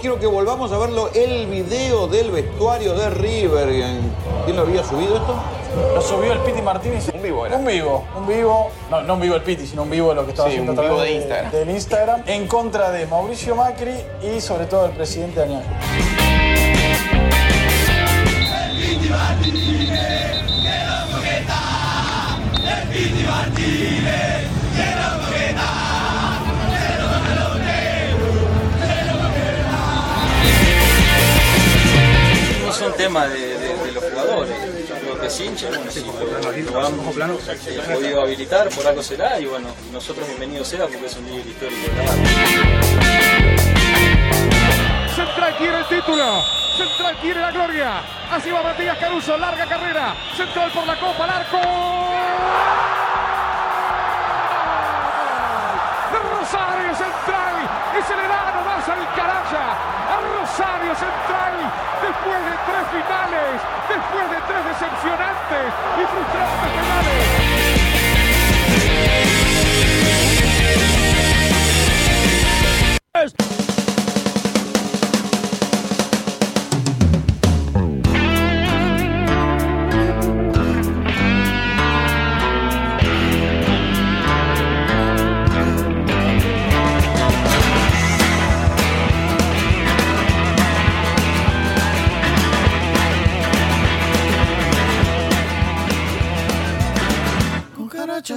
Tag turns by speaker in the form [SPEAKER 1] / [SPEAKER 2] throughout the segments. [SPEAKER 1] Quiero que volvamos a verlo el video del vestuario de River. ¿Quién lo había subido esto?
[SPEAKER 2] Lo subió el Piti Martínez.
[SPEAKER 3] Un vivo era.
[SPEAKER 2] Un vivo, un vivo. No, no un vivo el Piti, sino un vivo de lo que estaba
[SPEAKER 3] Sí,
[SPEAKER 2] haciendo
[SPEAKER 3] un
[SPEAKER 2] a
[SPEAKER 3] vivo
[SPEAKER 2] través
[SPEAKER 3] de Instagram.
[SPEAKER 2] del Instagram. En contra de Mauricio Macri y sobre todo del presidente Daniel.
[SPEAKER 4] No es un tema de, de- de los jugadores, lo que se hincha, bueno, si lo han eh, podido habilitar, por algo será, y bueno, nosotros bienvenidos sea porque es un líder histórico. de la banda.
[SPEAKER 5] Central quiere el título. Central quiere la gloria. Así va Matías Caruso. Larga carrera. Central por la copa. al arco. Rosario Central es el herano más alcaraya. A Rosario Central, después de tres finales, después de tres decepcionantes y frustrantes finales.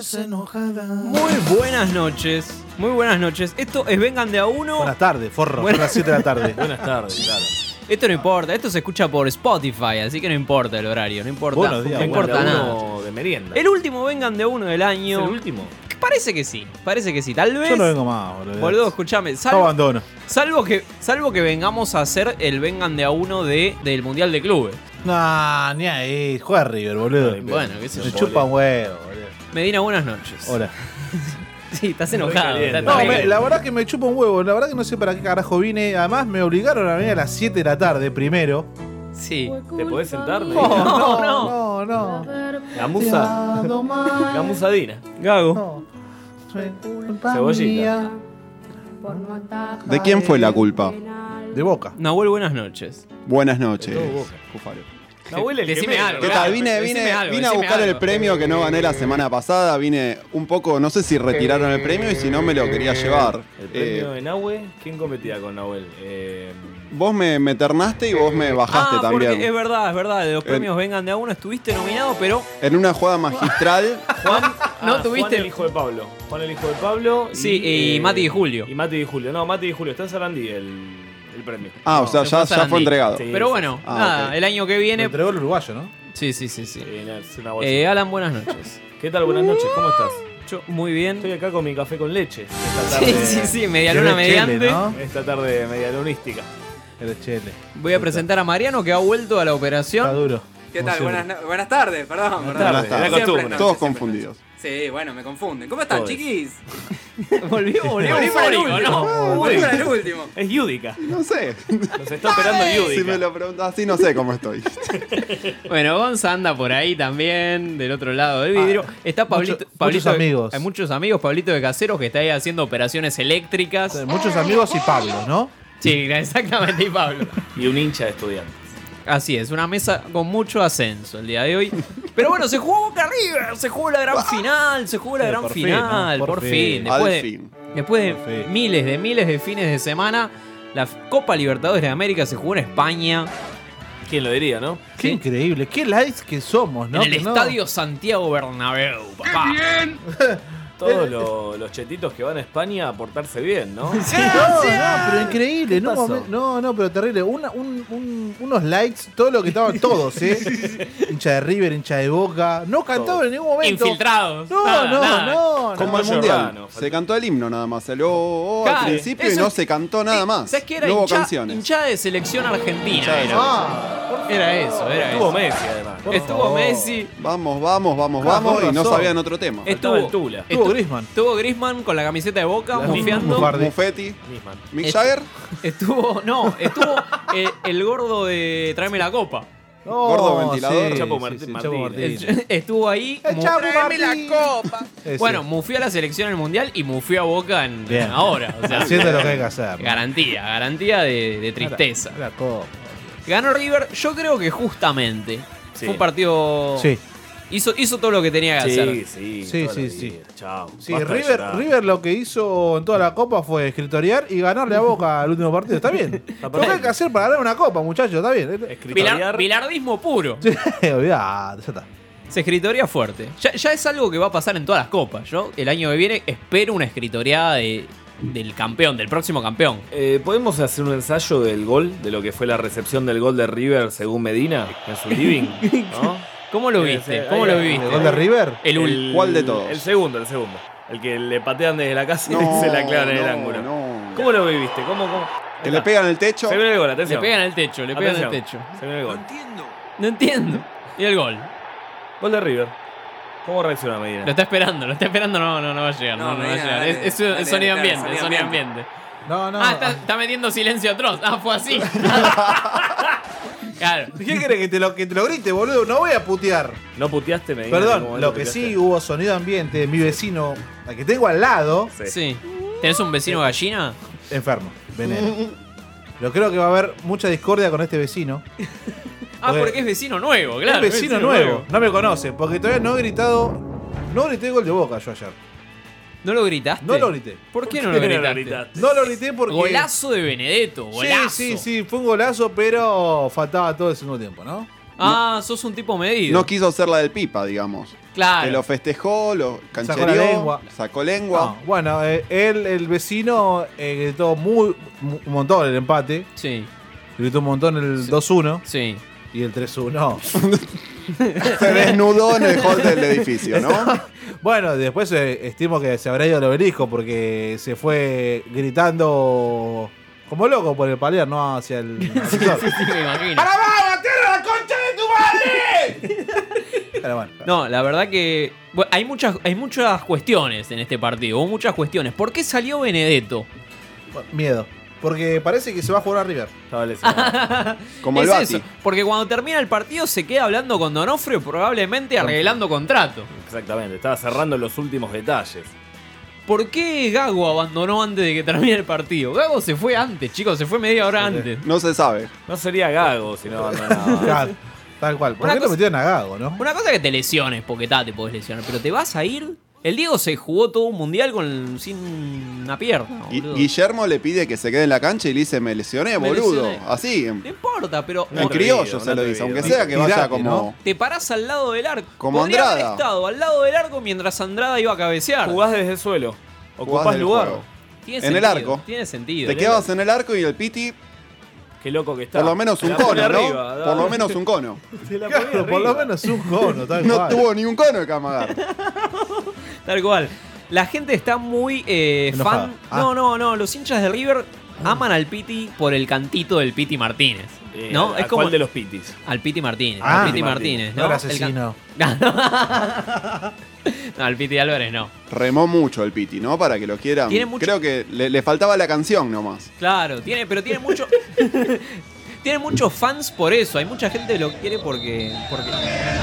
[SPEAKER 6] Muy buenas noches, muy buenas noches. Esto es Vengan de a uno.
[SPEAKER 7] Buenas tardes, forro.
[SPEAKER 6] Buenas-
[SPEAKER 7] Son las 7 de la tarde.
[SPEAKER 8] Buenas tardes, claro.
[SPEAKER 6] Esto no importa, esto se escucha por Spotify, así que no importa el horario, no importa,
[SPEAKER 7] Buenos días,
[SPEAKER 6] no
[SPEAKER 7] buenas
[SPEAKER 6] importa
[SPEAKER 7] de
[SPEAKER 6] nada.
[SPEAKER 8] Uno de merienda.
[SPEAKER 6] El último Vengan de a uno del
[SPEAKER 8] ¿Es el
[SPEAKER 6] año.
[SPEAKER 8] último?
[SPEAKER 6] Parece que sí, parece que sí. Tal vez.
[SPEAKER 7] Yo no vengo más, boludo.
[SPEAKER 6] Boludo, escúchame.
[SPEAKER 7] Yo
[SPEAKER 6] Salvo,
[SPEAKER 7] abandono.
[SPEAKER 6] salvo que, salvo que vengamos a hacer el Vengan de a uno de, del Mundial de Clubes.
[SPEAKER 7] Nah, ni ahí. Juega River, boludo.
[SPEAKER 6] Bueno, qué sé
[SPEAKER 7] Me
[SPEAKER 6] yo.
[SPEAKER 7] chupa un huevo, boludo.
[SPEAKER 6] Medina, buenas noches.
[SPEAKER 7] Hola.
[SPEAKER 6] Sí, estás enojado.
[SPEAKER 8] caliente.
[SPEAKER 6] estás
[SPEAKER 7] No,
[SPEAKER 8] Está
[SPEAKER 7] me-
[SPEAKER 6] terrible.
[SPEAKER 7] la verdad que me chupa un huevo. La verdad que no sé para qué carajo vine. Además, me obligaron a venir a las 7 de la tarde primero.
[SPEAKER 6] Sí.
[SPEAKER 8] ¿Te podés sentar? me
[SPEAKER 6] Oh,
[SPEAKER 8] digas?
[SPEAKER 6] no,
[SPEAKER 7] No,
[SPEAKER 6] no.
[SPEAKER 7] no. no.
[SPEAKER 8] La musa. La musadina.
[SPEAKER 6] Gago.
[SPEAKER 8] Cebollita.
[SPEAKER 9] ¿De quién fue la culpa?
[SPEAKER 7] De boca.
[SPEAKER 6] Nahuel, buenas noches.
[SPEAKER 9] Buenas noches.
[SPEAKER 8] Nahuel el
[SPEAKER 6] Decime
[SPEAKER 8] gemelo.
[SPEAKER 6] algo.
[SPEAKER 9] ¿Qué
[SPEAKER 6] Claro,
[SPEAKER 9] tal? Vine,
[SPEAKER 6] decime
[SPEAKER 9] vine-
[SPEAKER 6] algo,
[SPEAKER 9] vine a
[SPEAKER 6] decime
[SPEAKER 9] buscar el
[SPEAKER 6] algo.
[SPEAKER 9] premio que no gané la semana pasada. Vine un poco, no sé si retiraron el premio y si no me lo quería llevar.
[SPEAKER 8] Eh, El premio
[SPEAKER 9] Eh,
[SPEAKER 8] de Nahue, ¿quién competía con Nahuel? Eh,
[SPEAKER 9] vos me, me ternaste y vos me bajaste
[SPEAKER 6] Ah, porque es
[SPEAKER 9] también. Eh,
[SPEAKER 6] verdad, es verdad. De los
[SPEAKER 9] El-
[SPEAKER 6] premios Vengan de a uno estuviste nominado, pero
[SPEAKER 9] En una jugada magistral,
[SPEAKER 6] Juan no
[SPEAKER 8] ah, Juan el
[SPEAKER 6] tuviste.
[SPEAKER 8] hijo de Pablo. Juan el hijo de Pablo. eh,
[SPEAKER 6] Sí, y Mati y Julio.
[SPEAKER 8] Y Mati y Julio. No, Mati y Julio. Está en Sarandí el, el premio.
[SPEAKER 9] ah, o sea,
[SPEAKER 6] se
[SPEAKER 9] ya,
[SPEAKER 6] fue a
[SPEAKER 9] ya fue
[SPEAKER 6] Sarandí.
[SPEAKER 9] entregado.
[SPEAKER 8] Sí.
[SPEAKER 6] Pero bueno,
[SPEAKER 9] Ah,
[SPEAKER 6] nada,
[SPEAKER 9] ok.
[SPEAKER 6] el año que
[SPEAKER 7] Me
[SPEAKER 6] viene.
[SPEAKER 7] entregó el uruguayo, ¿no?
[SPEAKER 6] Sí, sí, sí, sí.
[SPEAKER 8] Eh, no, es una bolsa.
[SPEAKER 6] Eh, Alan, buenas noches.
[SPEAKER 8] ¿Qué tal? Buenas noches. ¿Cómo estás?
[SPEAKER 6] Yo, muy bien.
[SPEAKER 8] Estoy acá con mi café con leche. Esta
[SPEAKER 6] Sí,
[SPEAKER 8] tarde,
[SPEAKER 6] sí, sí, medialuna
[SPEAKER 7] Era Chele,
[SPEAKER 6] mediante.
[SPEAKER 7] ¿no?
[SPEAKER 8] Esta tarde medialunística.
[SPEAKER 7] Era Chele.
[SPEAKER 6] Voy a presentar a Mariano que ha vuelto a la
[SPEAKER 7] Está
[SPEAKER 6] operación.
[SPEAKER 7] duro.
[SPEAKER 10] ¿Qué
[SPEAKER 7] como
[SPEAKER 10] tal?
[SPEAKER 7] siempre.
[SPEAKER 10] Buenas, no- buenas tardes, perdón. perdón.
[SPEAKER 9] tardes, la
[SPEAKER 10] Siempre
[SPEAKER 8] costumbre.
[SPEAKER 10] es noche, siempre
[SPEAKER 9] Todos
[SPEAKER 10] es
[SPEAKER 9] confundidos.
[SPEAKER 10] noche. Sí, Eh, bueno, me confunden. ¿Cómo están,
[SPEAKER 8] Todos.
[SPEAKER 10] chiquis?
[SPEAKER 6] Volvió, volvió.
[SPEAKER 8] Volví para el
[SPEAKER 6] eufórico,
[SPEAKER 8] último.
[SPEAKER 6] ¿no?
[SPEAKER 10] Voy para el último.
[SPEAKER 8] Es Yudica.
[SPEAKER 9] No sé.
[SPEAKER 8] Nos está operando
[SPEAKER 9] si me
[SPEAKER 8] Yudica.
[SPEAKER 9] lo preguntas así, no sé cómo estoy.
[SPEAKER 6] Bueno, Gonza anda por ahí también, del otro lado del vidrio. Está Pablito.
[SPEAKER 7] Ah, muchos
[SPEAKER 6] Pablito de-
[SPEAKER 7] amigos.
[SPEAKER 6] Hay muchos amigos, Pablito de Caseros, que está ahí haciendo operaciones eléctricas.
[SPEAKER 7] Muchos amigos y Pablo, ¿no?
[SPEAKER 6] Sí, exactamente, y Pablo.
[SPEAKER 8] Y un hincha de estudiantes.
[SPEAKER 6] Así es, una mesa con mucho ascenso el día de hoy. Pero bueno, se jugó Boca River, se jugó la
[SPEAKER 11] Ah.
[SPEAKER 6] gran final, se jugó la
[SPEAKER 7] Sí,
[SPEAKER 6] gran
[SPEAKER 7] por fin,
[SPEAKER 6] final,
[SPEAKER 7] ¿no?
[SPEAKER 6] por,
[SPEAKER 7] Por
[SPEAKER 6] fin. Ah,
[SPEAKER 7] fin.
[SPEAKER 6] Después,
[SPEAKER 9] Al
[SPEAKER 6] de,
[SPEAKER 9] fin.
[SPEAKER 6] después de
[SPEAKER 7] Por fin.
[SPEAKER 6] miles de miles de fines de semana, la F- Copa Libertadores de América se jugó en España,
[SPEAKER 8] ¿Quién lo diría, no?
[SPEAKER 7] Qué increíble. Qué likes que somos, ¿no?
[SPEAKER 6] en el
[SPEAKER 7] Que no-
[SPEAKER 6] Estadio Santiago Bernabéu, papá.
[SPEAKER 8] Todos lo- los chetitos que van a España a portarse bien, ¿no?
[SPEAKER 7] No, no, pero increíble. en un
[SPEAKER 8] pasó?
[SPEAKER 7] momen- No, no, pero terrible. Una- un- un- unos likes, todo lo que estaban todos, ¿eh? hincha de River, hincha de Boca. No cantaban en ningún momento.
[SPEAKER 6] Infiltrados.
[SPEAKER 7] No,
[SPEAKER 6] nada,
[SPEAKER 7] no,
[SPEAKER 6] nada.
[SPEAKER 7] no, no.
[SPEAKER 9] Como el
[SPEAKER 8] Faltó
[SPEAKER 9] mundial.
[SPEAKER 8] Giordano, faltó-
[SPEAKER 9] se cantó el himno nada más. El oh, oh,
[SPEAKER 6] Claro,
[SPEAKER 9] al principio y
[SPEAKER 6] eso
[SPEAKER 9] no
[SPEAKER 6] es-
[SPEAKER 9] se cantó nada
[SPEAKER 6] Sí,
[SPEAKER 9] más.
[SPEAKER 6] ¿Sabes qué era?
[SPEAKER 9] no hubo
[SPEAKER 6] hincha,
[SPEAKER 9] canciones.
[SPEAKER 6] hinchada de selección argentina.
[SPEAKER 9] Hinchada de
[SPEAKER 6] Era.
[SPEAKER 7] Ah,
[SPEAKER 6] Era eso, era
[SPEAKER 8] Tuvo
[SPEAKER 6] eso.
[SPEAKER 8] Messi, además.
[SPEAKER 7] Por
[SPEAKER 6] Estuvo
[SPEAKER 7] favor.
[SPEAKER 6] Messi.
[SPEAKER 9] Vamos, vamos, vamos,
[SPEAKER 7] Ah,
[SPEAKER 9] vamos.
[SPEAKER 7] con
[SPEAKER 9] Y no
[SPEAKER 7] razón.
[SPEAKER 9] sabían otro tema.
[SPEAKER 8] Estaba el
[SPEAKER 6] Estuvo,
[SPEAKER 8] Tula.
[SPEAKER 7] Estuvo Griezmann.
[SPEAKER 6] estuvo Griezmann con la camiseta de Boca, mufiando.
[SPEAKER 7] Mufardi.
[SPEAKER 9] Muffetti,
[SPEAKER 8] Nisman.
[SPEAKER 9] Mick
[SPEAKER 6] Es-
[SPEAKER 9] Jagger,
[SPEAKER 6] Estuvo, no, estuvo eh, el gordo de Tráeme la copa.
[SPEAKER 7] No,
[SPEAKER 9] Gordo ventilador.
[SPEAKER 8] Chapo Martín-
[SPEAKER 7] Chapo
[SPEAKER 8] Martínez.
[SPEAKER 7] Martínez.
[SPEAKER 6] Estuvo ahí.
[SPEAKER 7] El
[SPEAKER 6] mu-
[SPEAKER 7] Chapo
[SPEAKER 6] "Tráeme la
[SPEAKER 7] Martín".
[SPEAKER 6] copa.
[SPEAKER 7] Ese.
[SPEAKER 6] Bueno, mufió a la selección en el mundial y mufió a Boca en,
[SPEAKER 7] Bien.
[SPEAKER 6] ahora. O sea,
[SPEAKER 7] Haciendo lo que hay que hacer. ¿no?
[SPEAKER 6] Garantía, garantía de, de tristeza.
[SPEAKER 7] La copa.
[SPEAKER 6] Ganó River, yo creo que justamente.
[SPEAKER 8] Sí.
[SPEAKER 6] Fue un partido.
[SPEAKER 7] Sí.
[SPEAKER 6] Hizo, hizo todo lo que tenía que
[SPEAKER 8] Sí,
[SPEAKER 6] hacer.
[SPEAKER 8] sí,
[SPEAKER 7] Sí,
[SPEAKER 8] toda
[SPEAKER 7] sí,
[SPEAKER 8] la
[SPEAKER 7] sí.
[SPEAKER 8] vida. Chao.
[SPEAKER 7] Sí,
[SPEAKER 8] Basta de
[SPEAKER 7] River,
[SPEAKER 8] llorar.
[SPEAKER 7] River lo que hizo en toda la copa fue escritoriar y ganarle a Boca al último partido. Está bien. Lo que hay que hacer para ganar una copa, muchachos, está bien.
[SPEAKER 6] Pilar,
[SPEAKER 8] Escritoriar.
[SPEAKER 6] pilardismo puro.
[SPEAKER 7] Sí, olvidate, ya está.
[SPEAKER 6] Se escritoría fuerte. Ya, ya es algo que va a pasar en todas las copas. Yo el año que viene espero una escritoriada de- del campeón, del próximo campeón.
[SPEAKER 8] Eh, ¿Podemos hacer un ensayo del gol? De lo que fue la recepción del gol de River según Medina en su living. ¿no?
[SPEAKER 6] ¿Cómo lo
[SPEAKER 8] Sí,
[SPEAKER 6] viste?
[SPEAKER 8] sí,
[SPEAKER 6] ¿Cómo
[SPEAKER 8] ahí
[SPEAKER 6] lo
[SPEAKER 8] va.
[SPEAKER 7] ¿El
[SPEAKER 6] viviste?
[SPEAKER 7] gol de River?
[SPEAKER 6] El ul-
[SPEAKER 9] ¿Cuál de todos?
[SPEAKER 8] El segundo, el segundo. El que le patean desde la casa
[SPEAKER 9] No,
[SPEAKER 8] y se la clavan en el
[SPEAKER 9] no,
[SPEAKER 8] ángulo.
[SPEAKER 9] no.
[SPEAKER 8] ¿Cómo lo viviste? ¿Cómo, cómo?
[SPEAKER 9] que le pegan el techo.
[SPEAKER 8] Se viene el gol,
[SPEAKER 6] Le
[SPEAKER 8] atención.
[SPEAKER 6] pegan al techo, le pegan al techo.
[SPEAKER 8] Atención. Se viene el gol.
[SPEAKER 6] No entiendo. Y el gol.
[SPEAKER 8] Gol de River. ¿Cómo reacciona Medina?
[SPEAKER 6] Lo está esperando, lo está esperando, no, no, no va a llegar.
[SPEAKER 10] No,
[SPEAKER 6] No, no, va a
[SPEAKER 10] venga,
[SPEAKER 6] llegar.
[SPEAKER 10] dale,
[SPEAKER 6] es, es
[SPEAKER 10] dale,
[SPEAKER 6] el sonido
[SPEAKER 10] dale,
[SPEAKER 6] ambiente,
[SPEAKER 10] dale,
[SPEAKER 6] el sonido
[SPEAKER 10] sonido
[SPEAKER 6] ambiente.
[SPEAKER 7] No, no.
[SPEAKER 6] Ah, está, está metiendo silencio atroz. Ah, fue así. claro.
[SPEAKER 7] ¿Qué querés que te, lo, que te lo grite, boludo? No voy a putear.
[SPEAKER 8] ¿No puteaste Medina? en algún
[SPEAKER 7] Perdón,
[SPEAKER 8] momento
[SPEAKER 7] lo que
[SPEAKER 8] puteaste?
[SPEAKER 7] sí hubo sonido ambiente, mi vecino, al que tengo al lado,
[SPEAKER 6] Sí. ¿Tenés un vecino gallina?
[SPEAKER 7] enfermo, veneno. Yo creo que va a haber mucha discordia con este vecino.
[SPEAKER 6] Ah,
[SPEAKER 7] Oye.
[SPEAKER 6] porque es vecino nuevo, claro.
[SPEAKER 7] es vecino, nuevo. No me conoce, porque todavía no he gritado. No grité gol de boca yo ayer.
[SPEAKER 6] ¿No lo gritaste?
[SPEAKER 7] No lo grité.
[SPEAKER 6] ¿Por qué no lo gritaste?
[SPEAKER 8] gritaste?
[SPEAKER 7] No lo grité porque.
[SPEAKER 6] Golazo de Benedetto,
[SPEAKER 7] Sí,
[SPEAKER 6] golazo.
[SPEAKER 7] sí, sí, fue un golazo, pero faltaba todo el segundo tiempo, ¿no?
[SPEAKER 6] Ah, sos un tipo medido.
[SPEAKER 9] No quiso ser la del Pipa, digamos.
[SPEAKER 6] claro.
[SPEAKER 9] Que lo festejó, lo
[SPEAKER 7] la
[SPEAKER 9] canchereó,
[SPEAKER 7] lengua.
[SPEAKER 9] sacó lengua.
[SPEAKER 7] No, bueno, eh, él, el vecino, eh, gritó muy, mu- un montón el empate.
[SPEAKER 6] Sí,
[SPEAKER 7] Gritó un montón el 2-1
[SPEAKER 6] sí.
[SPEAKER 7] y el 3-1.
[SPEAKER 9] Se desnudó en el hall del edificio, ¿no?
[SPEAKER 7] Bueno, después eh, estimo que se habrá ido al obelisco porque se fue gritando como loco por el palier, no hacia el. ascensor.
[SPEAKER 6] Sí, me imagino.
[SPEAKER 7] Pero bueno,
[SPEAKER 6] No, la verdad que bueno, hay, muchas, hay muchas cuestiones en este partido, hubo muchas cuestiones. ¿Por qué salió Benedetto?
[SPEAKER 7] bueno, miedo. Porque parece que se va a jugar a River.
[SPEAKER 8] Estaba lesionado.
[SPEAKER 9] Como el
[SPEAKER 6] es
[SPEAKER 9] Bati.
[SPEAKER 6] eso, porque cuando termina el partido se queda hablando con Donofrio, probablemente arreglando contrato.
[SPEAKER 8] Exactamente, estaba cerrando los últimos detalles.
[SPEAKER 6] ¿Por qué Gago abandonó antes de que termine el partido? Gago se fue antes, chicos, se fue media hora antes.
[SPEAKER 9] No se sabe.
[SPEAKER 8] No sería Gago si no abandonaba.
[SPEAKER 7] Claro, tal cual. ¿Por
[SPEAKER 6] Una
[SPEAKER 7] qué
[SPEAKER 6] cosa-
[SPEAKER 7] lo metieron a Gago, no?
[SPEAKER 6] Una cosa es que te lesiones, porque ta, te podés lesionar, pero te vas a ir. El Diego se jugó todo un mundial con, sin una pierna.
[SPEAKER 9] Gui-
[SPEAKER 6] boludo.
[SPEAKER 9] Guillermo le pide que se quede en la cancha y le dice, me lesioné,
[SPEAKER 6] Me
[SPEAKER 9] boludo.
[SPEAKER 6] lesioné.
[SPEAKER 9] Así.
[SPEAKER 6] No importa, pero
[SPEAKER 9] En criollo se lo dice, aunque sea que vaya
[SPEAKER 7] Tirate,
[SPEAKER 9] como...
[SPEAKER 6] Te parás al lado del arco.
[SPEAKER 9] Como
[SPEAKER 6] Podría haber
[SPEAKER 9] Andrada.
[SPEAKER 6] estado al lado del arco mientras Andrada iba a cabecear.
[SPEAKER 8] Jugás desde el suelo.
[SPEAKER 9] jugás
[SPEAKER 8] Ocupás
[SPEAKER 9] del
[SPEAKER 8] lugar.
[SPEAKER 9] juego.
[SPEAKER 6] Tiene
[SPEAKER 9] en el
[SPEAKER 6] sentido,
[SPEAKER 9] arco.
[SPEAKER 6] Tiene sentido. ¿eh?
[SPEAKER 9] Te quedabas en el arco y el Piti,
[SPEAKER 8] Qué loco que está.
[SPEAKER 9] por lo menos
[SPEAKER 8] Se
[SPEAKER 9] un
[SPEAKER 8] la pone
[SPEAKER 9] cono,
[SPEAKER 8] arriba,
[SPEAKER 9] ¿no?
[SPEAKER 8] da-
[SPEAKER 9] Por lo menos un cono.
[SPEAKER 8] Se la pone
[SPEAKER 7] Claro, por lo
[SPEAKER 8] arriba.
[SPEAKER 7] menos un cono, tal
[SPEAKER 9] No
[SPEAKER 7] cual.
[SPEAKER 9] tuvo ni un cono el Camagar.
[SPEAKER 6] Tal cual. La gente está muy eh,
[SPEAKER 7] Enojada.
[SPEAKER 6] fan.
[SPEAKER 7] Ah.
[SPEAKER 6] No, no, no. Los hinchas de River aman al Piti por el cantito del Piti Martínez.
[SPEAKER 8] Eh,
[SPEAKER 6] ¿No?
[SPEAKER 8] ¿a
[SPEAKER 6] Es como.
[SPEAKER 8] ¿Cuál de los pitis?
[SPEAKER 6] Al Piti Martínez.
[SPEAKER 7] Ah,
[SPEAKER 6] al Piti
[SPEAKER 7] Piti
[SPEAKER 6] Martínez,
[SPEAKER 7] No, era
[SPEAKER 6] ¿no? El can-
[SPEAKER 7] asesino.
[SPEAKER 6] no, al Piti Álvarez no.
[SPEAKER 9] Remó mucho el Piti, ¿no? Para que lo quieran.
[SPEAKER 6] Tiene mucho-
[SPEAKER 9] Creo que le, le faltaba la canción nomás.
[SPEAKER 6] Claro, tiene, pero tiene mucho. tiene muchos fans por eso. Hay mucha gente que lo quiere porque. porque,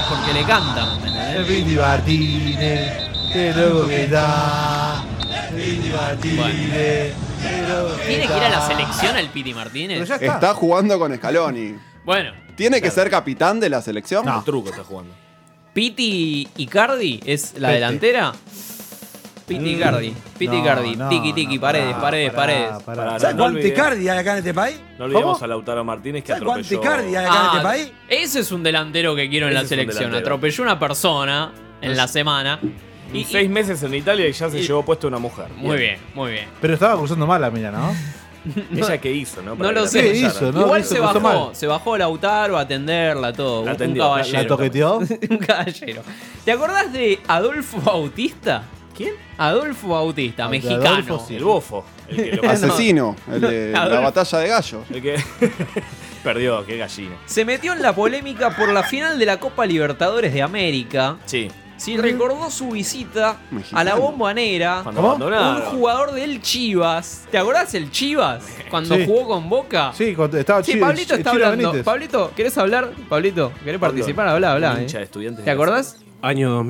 [SPEAKER 6] porque le cantan. ¿entendés?
[SPEAKER 7] El Bindi Martínez, qué loco que está. El Bindi Martínez, qué loco que
[SPEAKER 6] ¿Tiene que ir a la
[SPEAKER 7] está.
[SPEAKER 6] selección el Piti
[SPEAKER 7] Pero
[SPEAKER 6] Martínez?
[SPEAKER 7] ya está.
[SPEAKER 9] Está jugando con Scaloni.
[SPEAKER 6] Bueno,
[SPEAKER 9] ¿Tiene que ser capitán de la selección?
[SPEAKER 8] El truco está jugando.
[SPEAKER 6] Piti Icardi es la delantera. Piti Icardi, Piti
[SPEAKER 7] No,
[SPEAKER 6] Icardi,
[SPEAKER 7] no,
[SPEAKER 6] tiki tiki,
[SPEAKER 7] no,
[SPEAKER 6] paredes,
[SPEAKER 7] pará,
[SPEAKER 6] paredes,
[SPEAKER 7] pará,
[SPEAKER 6] paredes.
[SPEAKER 7] pará.
[SPEAKER 8] Pará,
[SPEAKER 3] ¿Sabes
[SPEAKER 8] no
[SPEAKER 3] cuánto
[SPEAKER 8] olvidemos-
[SPEAKER 3] Icardi hay acá en este país?
[SPEAKER 8] No olvidemos a Lautaro Martínez que
[SPEAKER 3] ¿Sabes cuánto
[SPEAKER 8] atropelló.
[SPEAKER 3] Icardi hay acá en este
[SPEAKER 6] Ah,
[SPEAKER 3] país?
[SPEAKER 6] ese es un delantero que quiero en
[SPEAKER 8] Ese
[SPEAKER 6] la
[SPEAKER 8] es un
[SPEAKER 6] selección.
[SPEAKER 8] delantero.
[SPEAKER 6] Atropelló una persona en la semana. Y,
[SPEAKER 8] Y
[SPEAKER 6] y-
[SPEAKER 8] seis meses en Italia y ya se
[SPEAKER 6] y-
[SPEAKER 8] llevó puesto una mujer.
[SPEAKER 6] muy bien, muy bien.
[SPEAKER 7] Pero estaba cruzando mal la mina, ¿no?
[SPEAKER 8] Ella que hizo, ¿no? Para
[SPEAKER 6] No lo
[SPEAKER 8] que la
[SPEAKER 6] sé.
[SPEAKER 8] atropellaran.
[SPEAKER 7] hizo, ¿no?
[SPEAKER 6] Igual
[SPEAKER 7] hizo,
[SPEAKER 6] se
[SPEAKER 7] lo hizo
[SPEAKER 6] bajó,
[SPEAKER 7] mal.
[SPEAKER 6] se bajó Lautaro a atenderla todo.
[SPEAKER 8] La
[SPEAKER 6] un-
[SPEAKER 8] atendió,
[SPEAKER 6] un
[SPEAKER 8] la- la
[SPEAKER 6] caballero.
[SPEAKER 7] La toqueteó.
[SPEAKER 6] un caballero. ¿Te acordás de Adolfo Bautista? ¿Quién? Adolfo Bautista,
[SPEAKER 7] Adolfo,
[SPEAKER 6] mexicano.
[SPEAKER 7] sí.
[SPEAKER 8] El bofo. El que lo pasó.
[SPEAKER 9] Asesino, el de la
[SPEAKER 6] Adolfo.
[SPEAKER 9] batalla de gallos.
[SPEAKER 8] El que, Perdió, qué gallina.
[SPEAKER 6] Se metió en la polémica por la final de la Copa Libertadores de América.
[SPEAKER 8] Sí.
[SPEAKER 6] Si recordó su visita a la bombonera,
[SPEAKER 8] Cuando
[SPEAKER 7] ¿Cómo?
[SPEAKER 6] un
[SPEAKER 8] abandonaron.
[SPEAKER 6] jugador del Chivas. ¿Te acordás el Chivas? Cuando
[SPEAKER 7] Sí.
[SPEAKER 6] jugó con Boca.
[SPEAKER 7] Sí, cuando estaba
[SPEAKER 6] Sí,
[SPEAKER 7] Chi-
[SPEAKER 6] Pablito
[SPEAKER 7] Chi-
[SPEAKER 6] está
[SPEAKER 7] Chiro
[SPEAKER 6] hablando.
[SPEAKER 7] Benítez.
[SPEAKER 6] Pablito, ¿querés hablar? Pablito, ¿querés participar? Habla, habla.
[SPEAKER 8] Un
[SPEAKER 6] eh.
[SPEAKER 8] hincha de estudiantes
[SPEAKER 6] ¿Te
[SPEAKER 8] de
[SPEAKER 6] acordás?
[SPEAKER 12] Año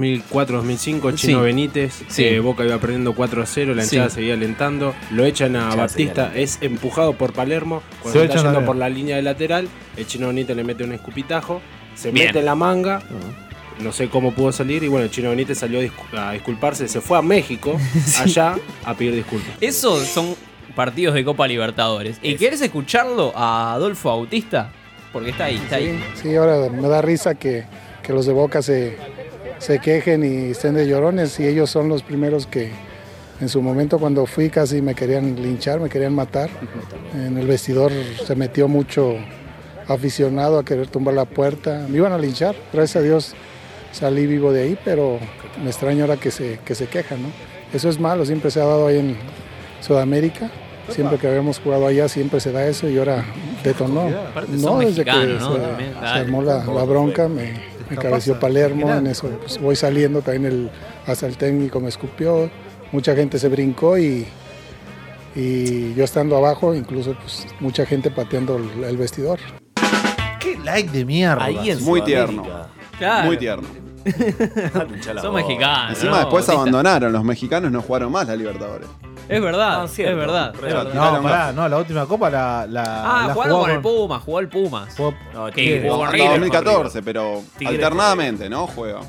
[SPEAKER 12] 2004-2005,
[SPEAKER 6] Sí.
[SPEAKER 12] Chino Benítez,
[SPEAKER 6] Sí.
[SPEAKER 12] eh, Boca iba perdiendo 4-0, la hinchada
[SPEAKER 6] Sí.
[SPEAKER 12] seguía alentando, lo echan a
[SPEAKER 8] hinchada seguía
[SPEAKER 12] Batista,
[SPEAKER 8] alentando.
[SPEAKER 12] es empujado por Palermo,
[SPEAKER 7] Se
[SPEAKER 12] cuando
[SPEAKER 7] lo
[SPEAKER 12] está
[SPEAKER 7] echan
[SPEAKER 12] yendo
[SPEAKER 7] a-
[SPEAKER 12] por la línea de lateral, el Chino Benítez le mete un escupitajo, se
[SPEAKER 8] Bien.
[SPEAKER 12] mete en la manga, no sé cómo pudo salir, y bueno, el Chino Benítez salió a discu- a disculparse, se fue a México, allá, a pedir disculpas.
[SPEAKER 6] Esos son partidos de Copa Libertadores. ¿Y querés escucharlo a Adolfo Bautista? Porque está ahí, está ahí.
[SPEAKER 2] Sí, ahora me da risa que, que los de Boca se, se quejen y estén de llorones y ellos son los primeros que en su momento cuando fui casi me querían linchar, me querían matar. En el vestidor se metió mucho aficionado a querer tumbar la puerta. Me iban a linchar, gracias a Dios salí vivo de ahí, pero me extraño ahora que se, que se quejan, ¿no? Eso es malo, siempre se ha dado ahí en Sudamérica. Siempre que habíamos jugado allá siempre se da eso y ahora detonó.
[SPEAKER 6] Aparte son
[SPEAKER 2] No, desde que
[SPEAKER 6] mexicanos, ¿no?
[SPEAKER 2] se,
[SPEAKER 6] También,
[SPEAKER 2] se
[SPEAKER 6] dale.
[SPEAKER 2] armó la, la bronca, me, me cabeció Palermo, en eso pues, voy saliendo, también el, hasta el técnico me escupió, mucha gente se brincó y, y yo estando abajo, incluso pues, mucha gente pateando el, el vestidor.
[SPEAKER 7] Qué like de mierda.
[SPEAKER 8] Ahí en
[SPEAKER 9] Muy
[SPEAKER 8] Sudamérica.
[SPEAKER 9] tierno.
[SPEAKER 6] Claro,
[SPEAKER 9] Muy tierno.
[SPEAKER 8] Hincha la
[SPEAKER 6] son
[SPEAKER 8] boca.
[SPEAKER 6] mexicanos.
[SPEAKER 9] Encima
[SPEAKER 6] ¿no?
[SPEAKER 9] después
[SPEAKER 6] Bautista.
[SPEAKER 9] abandonaron, los mexicanos no jugaron más la Libertadores.
[SPEAKER 6] Es verdad,
[SPEAKER 8] Ah,
[SPEAKER 6] es
[SPEAKER 8] cierto.
[SPEAKER 6] verdad.
[SPEAKER 8] Re
[SPEAKER 6] es
[SPEAKER 8] verdad.
[SPEAKER 6] verdad.
[SPEAKER 7] No, pará, no, la última copa la. la
[SPEAKER 6] Ah,
[SPEAKER 7] la
[SPEAKER 6] jugando
[SPEAKER 7] jugó
[SPEAKER 6] con el Pumas, jugó al Pumas.
[SPEAKER 7] jugó-
[SPEAKER 8] No,
[SPEAKER 6] Qué
[SPEAKER 8] Tigres.
[SPEAKER 6] jugó
[SPEAKER 9] Hasta
[SPEAKER 6] horrible,
[SPEAKER 9] 2014, pero
[SPEAKER 8] Tigres,
[SPEAKER 9] alternadamente, ¿no? Juega.
[SPEAKER 6] Sí,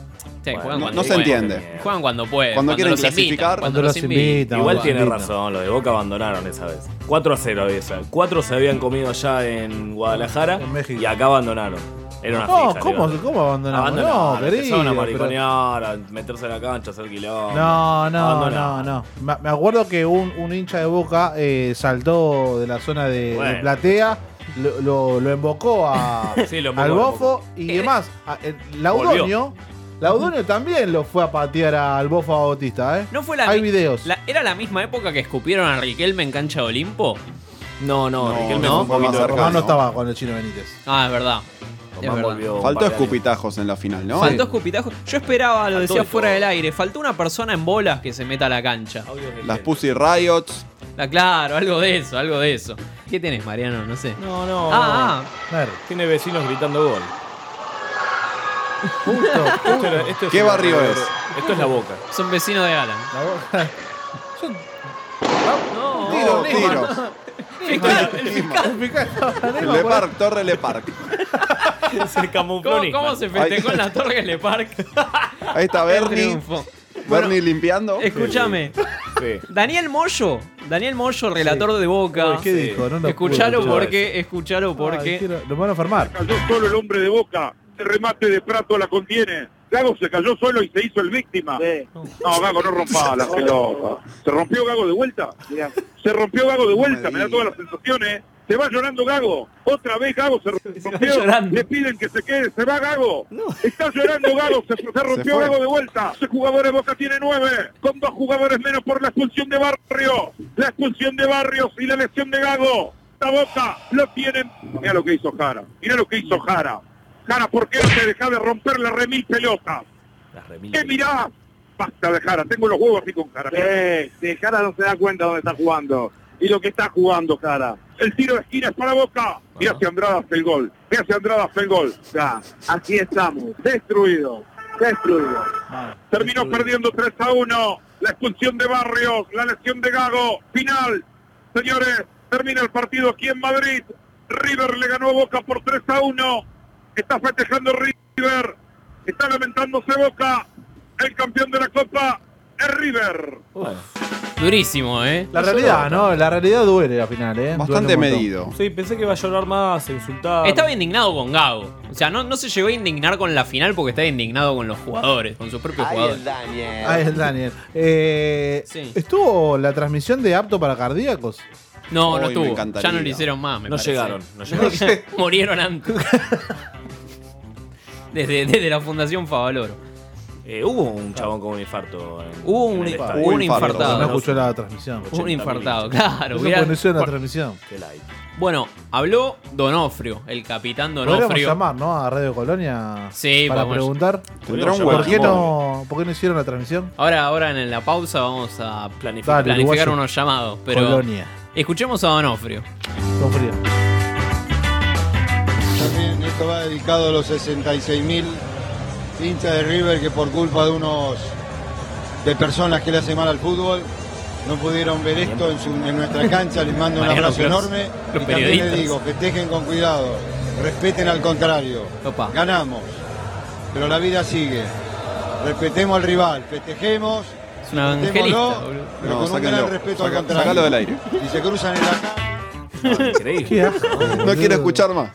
[SPEAKER 8] Bueno,
[SPEAKER 6] juegan
[SPEAKER 9] No,
[SPEAKER 6] cuando
[SPEAKER 9] no se
[SPEAKER 6] pueden.
[SPEAKER 9] entiende.
[SPEAKER 6] Juegan Eh, cuando pueden.
[SPEAKER 9] Cuando quieren
[SPEAKER 6] los invitan,
[SPEAKER 9] clasificar.
[SPEAKER 6] cuando los invitan.
[SPEAKER 8] Igual
[SPEAKER 7] Bandita.
[SPEAKER 8] tiene razón, lo de Boca abandonaron esa vez. 4 a 0 había esa. 4 se habían comido allá en Guadalajara
[SPEAKER 7] En México.
[SPEAKER 8] y acá abandonaron. Era una
[SPEAKER 7] No,
[SPEAKER 8] fija,
[SPEAKER 7] ¿cómo,
[SPEAKER 8] digo.
[SPEAKER 7] ¿cómo abandonamos?
[SPEAKER 8] Abandonaron,
[SPEAKER 7] no, querido.
[SPEAKER 8] Empezaron a
[SPEAKER 7] pero-
[SPEAKER 8] mariconear, a meterse en la cancha, a hacer quilombo.
[SPEAKER 7] No, no, no,
[SPEAKER 8] Abandonaron.
[SPEAKER 7] no. Me me acuerdo que un, un hincha de Boca eh, saltó de la zona de, de
[SPEAKER 8] Bueno.
[SPEAKER 7] platea, lo, lo, lo embocó a,
[SPEAKER 8] Sí, lo embocó,
[SPEAKER 7] al
[SPEAKER 8] lo
[SPEAKER 7] bofo y demás. A- el- Laudonio, Laudonio también lo fue a patear al bofo a Bautista, ¿eh?
[SPEAKER 6] No fue la
[SPEAKER 7] Hay
[SPEAKER 6] mi-
[SPEAKER 7] videos.
[SPEAKER 6] la- ¿Era la misma época que escupieron a Riquelme en cancha de Olimpo?
[SPEAKER 8] No, no,
[SPEAKER 9] No,
[SPEAKER 8] Riquelme fue
[SPEAKER 9] no,
[SPEAKER 8] un
[SPEAKER 9] más
[SPEAKER 8] poquito
[SPEAKER 9] cerca.
[SPEAKER 8] de
[SPEAKER 7] Román no
[SPEAKER 9] ¿no?
[SPEAKER 7] estaba con el chino Benítez.
[SPEAKER 6] Ah, es verdad. Es
[SPEAKER 8] Román
[SPEAKER 6] verdad.
[SPEAKER 8] volvió
[SPEAKER 9] Faltó
[SPEAKER 8] varias-
[SPEAKER 9] escupitajos en la final, ¿no?
[SPEAKER 6] Faltó escupitajos. Yo esperaba, lo
[SPEAKER 8] Faltó
[SPEAKER 6] decía
[SPEAKER 8] de
[SPEAKER 6] fuera
[SPEAKER 8] todo.
[SPEAKER 6] del aire. Faltó una persona en bolas que se meta a la cancha.
[SPEAKER 9] Las Pussy Riots.
[SPEAKER 6] Ah, claro, algo de eso, algo de eso. ¿Qué tenés, Mariano? No sé.
[SPEAKER 8] No, no.
[SPEAKER 6] Ah,
[SPEAKER 7] Mer,
[SPEAKER 8] Tiene vecinos gritando gol.
[SPEAKER 7] justo.
[SPEAKER 8] Esto era- esto es
[SPEAKER 9] ¿Qué
[SPEAKER 8] una-
[SPEAKER 9] barrio es?
[SPEAKER 8] Esto es la Boca.
[SPEAKER 6] ah, son vecinos de Alan.
[SPEAKER 7] la Boca- Yo-
[SPEAKER 6] No,
[SPEAKER 9] Tiro, tiro.
[SPEAKER 6] fiscal, el fiscal.
[SPEAKER 9] Le Parc, Torre Le Parc.
[SPEAKER 8] Se camufló
[SPEAKER 6] ¿Cómo,
[SPEAKER 8] Nisman.
[SPEAKER 6] cómo se festejó en la Torre del Parque?
[SPEAKER 9] Ahí está Bernie. Bernie limpiando.
[SPEAKER 6] Escúchame.
[SPEAKER 8] Sí.
[SPEAKER 6] Daniel Moyo, Daniel Moyo, relator de Boca.
[SPEAKER 7] ¿Qué dijo? No lo puedo
[SPEAKER 6] Escuchalo
[SPEAKER 7] escuchar.
[SPEAKER 6] porque, escuchalo Ah,
[SPEAKER 7] Ay,
[SPEAKER 6] porque.
[SPEAKER 7] quiero- Lo van a enfermar.
[SPEAKER 13] cayó solo el hombre de Boca. El remate de Prato la contiene. Gago se cayó solo y se hizo el víctima. No, Gago no rompa la pelota. Se rompió Gago de vuelta. Se rompió Gago de vuelta. Me da todas las sensaciones. Se va llorando Gago. Otra vez Gago se rompió.
[SPEAKER 6] llorando.
[SPEAKER 13] Le piden que se quede. Se va Gago. Está llorando Gago. Se, se rompió
[SPEAKER 9] fue.
[SPEAKER 13] Gago de vuelta. Ese jugadores Boca tiene nueve. Con dos jugadores menos por la expulsión de Barrio. La expulsión de Barrios y la lesión de Gago. La Boca lo tienen. Mira lo que hizo Jara. Mira lo que hizo Jara. Jara, ¿por qué no te dejas de romper la remis pelota?
[SPEAKER 8] Las remil- Eh,
[SPEAKER 13] ¿Qué mirás? ¡Eh, Basta de Jara, tengo los huevos así con Jara. Eh, de Jara no se da cuenta dónde está jugando. Y lo que está jugando, Jara. El tiro de esquina es para Boca. Y hacia Andrada hace el gol. Y hacia Andrada hace el gol. Ya, aquí estamos. Destruido. Destruido. Terminó perdiendo 3 a 1. La expulsión de Barrios, la lesión de Gago. Final. Señores, termina el partido aquí en Madrid. River le ganó a Boca por 3 a 1. Está festejando River. Está lamentándose Boca. El campeón de la Copa es River.
[SPEAKER 8] Bueno.
[SPEAKER 6] Durísimo, ¿eh?
[SPEAKER 7] La realidad, ¿no? La realidad duele al final, ¿eh? Duele
[SPEAKER 9] Bastante
[SPEAKER 7] un montón.
[SPEAKER 9] medido.
[SPEAKER 8] Sí, pensé que iba a llorar más, a insultar.
[SPEAKER 6] Estaba indignado con Gago. O sea, no, no se llegó a indignar con la final porque estaba indignado con los jugadores, con sus propios jugadores.
[SPEAKER 7] Ahí es Daniel. Eh,
[SPEAKER 6] Sí.
[SPEAKER 7] ¿Estuvo la transmisión de apto para cardíacos?
[SPEAKER 6] No, no
[SPEAKER 9] Uy, me
[SPEAKER 6] estuvo. Ya
[SPEAKER 9] encantaría.
[SPEAKER 6] no lo hicieron más, me
[SPEAKER 8] No
[SPEAKER 6] parece.
[SPEAKER 8] llegaron, no llegaron.
[SPEAKER 6] Murieron antes. desde, desde la Fundación Favaloro.
[SPEAKER 8] Eh, hubo un chabón con un infarto. en-
[SPEAKER 6] Hubo
[SPEAKER 8] en
[SPEAKER 6] un-
[SPEAKER 8] el
[SPEAKER 6] hubo
[SPEAKER 8] estadio.
[SPEAKER 6] un infartado.
[SPEAKER 7] No escuchó la transmisión.
[SPEAKER 6] Un infartado,
[SPEAKER 7] Eso
[SPEAKER 6] claro. hubiera-
[SPEAKER 7] porque no hicieron la
[SPEAKER 6] por-
[SPEAKER 7] transmisión.
[SPEAKER 6] Bueno, habló Donofrio, el capitán
[SPEAKER 7] Podríamos
[SPEAKER 6] Donofrio.
[SPEAKER 7] llamar, ¿no? A Radio Colonia
[SPEAKER 6] Sí,
[SPEAKER 7] para
[SPEAKER 6] podemos-
[SPEAKER 7] preguntar.
[SPEAKER 6] Tendrá un
[SPEAKER 7] ¿Por qué,
[SPEAKER 6] hueco.
[SPEAKER 7] no, ¿Por qué no hicieron la transmisión?
[SPEAKER 6] Ahora, ahora en la pausa vamos a planifi-
[SPEAKER 7] Dale,
[SPEAKER 6] planificar
[SPEAKER 7] uruguayo.
[SPEAKER 6] unos llamados. Pero
[SPEAKER 7] Colonia.
[SPEAKER 6] escuchemos a Donofrio.
[SPEAKER 7] Con frío.
[SPEAKER 14] También esto va dedicado a los 66.000 hinchas de River que por culpa de unos de personas que le hacen mal al fútbol no pudieron ver esto en, su- en nuestra cancha. Les mando un
[SPEAKER 6] Mariano,
[SPEAKER 14] abrazo
[SPEAKER 6] los-
[SPEAKER 14] enorme.
[SPEAKER 6] los
[SPEAKER 14] y también les
[SPEAKER 6] periodistas.
[SPEAKER 14] digo, festejen con cuidado, respeten al contrario. Ganamos, pero la vida sigue. Respetemos al rival, festejemos.
[SPEAKER 6] Es un evangelista,
[SPEAKER 14] respetémoslo,
[SPEAKER 6] boludo.
[SPEAKER 14] pero
[SPEAKER 9] No,
[SPEAKER 14] con un
[SPEAKER 9] sáquenlo,
[SPEAKER 14] gran respeto al
[SPEAKER 9] saca-
[SPEAKER 14] contrario.
[SPEAKER 9] sacalo del aire.
[SPEAKER 14] Y se cruzan en la
[SPEAKER 9] No quiero escuchar más.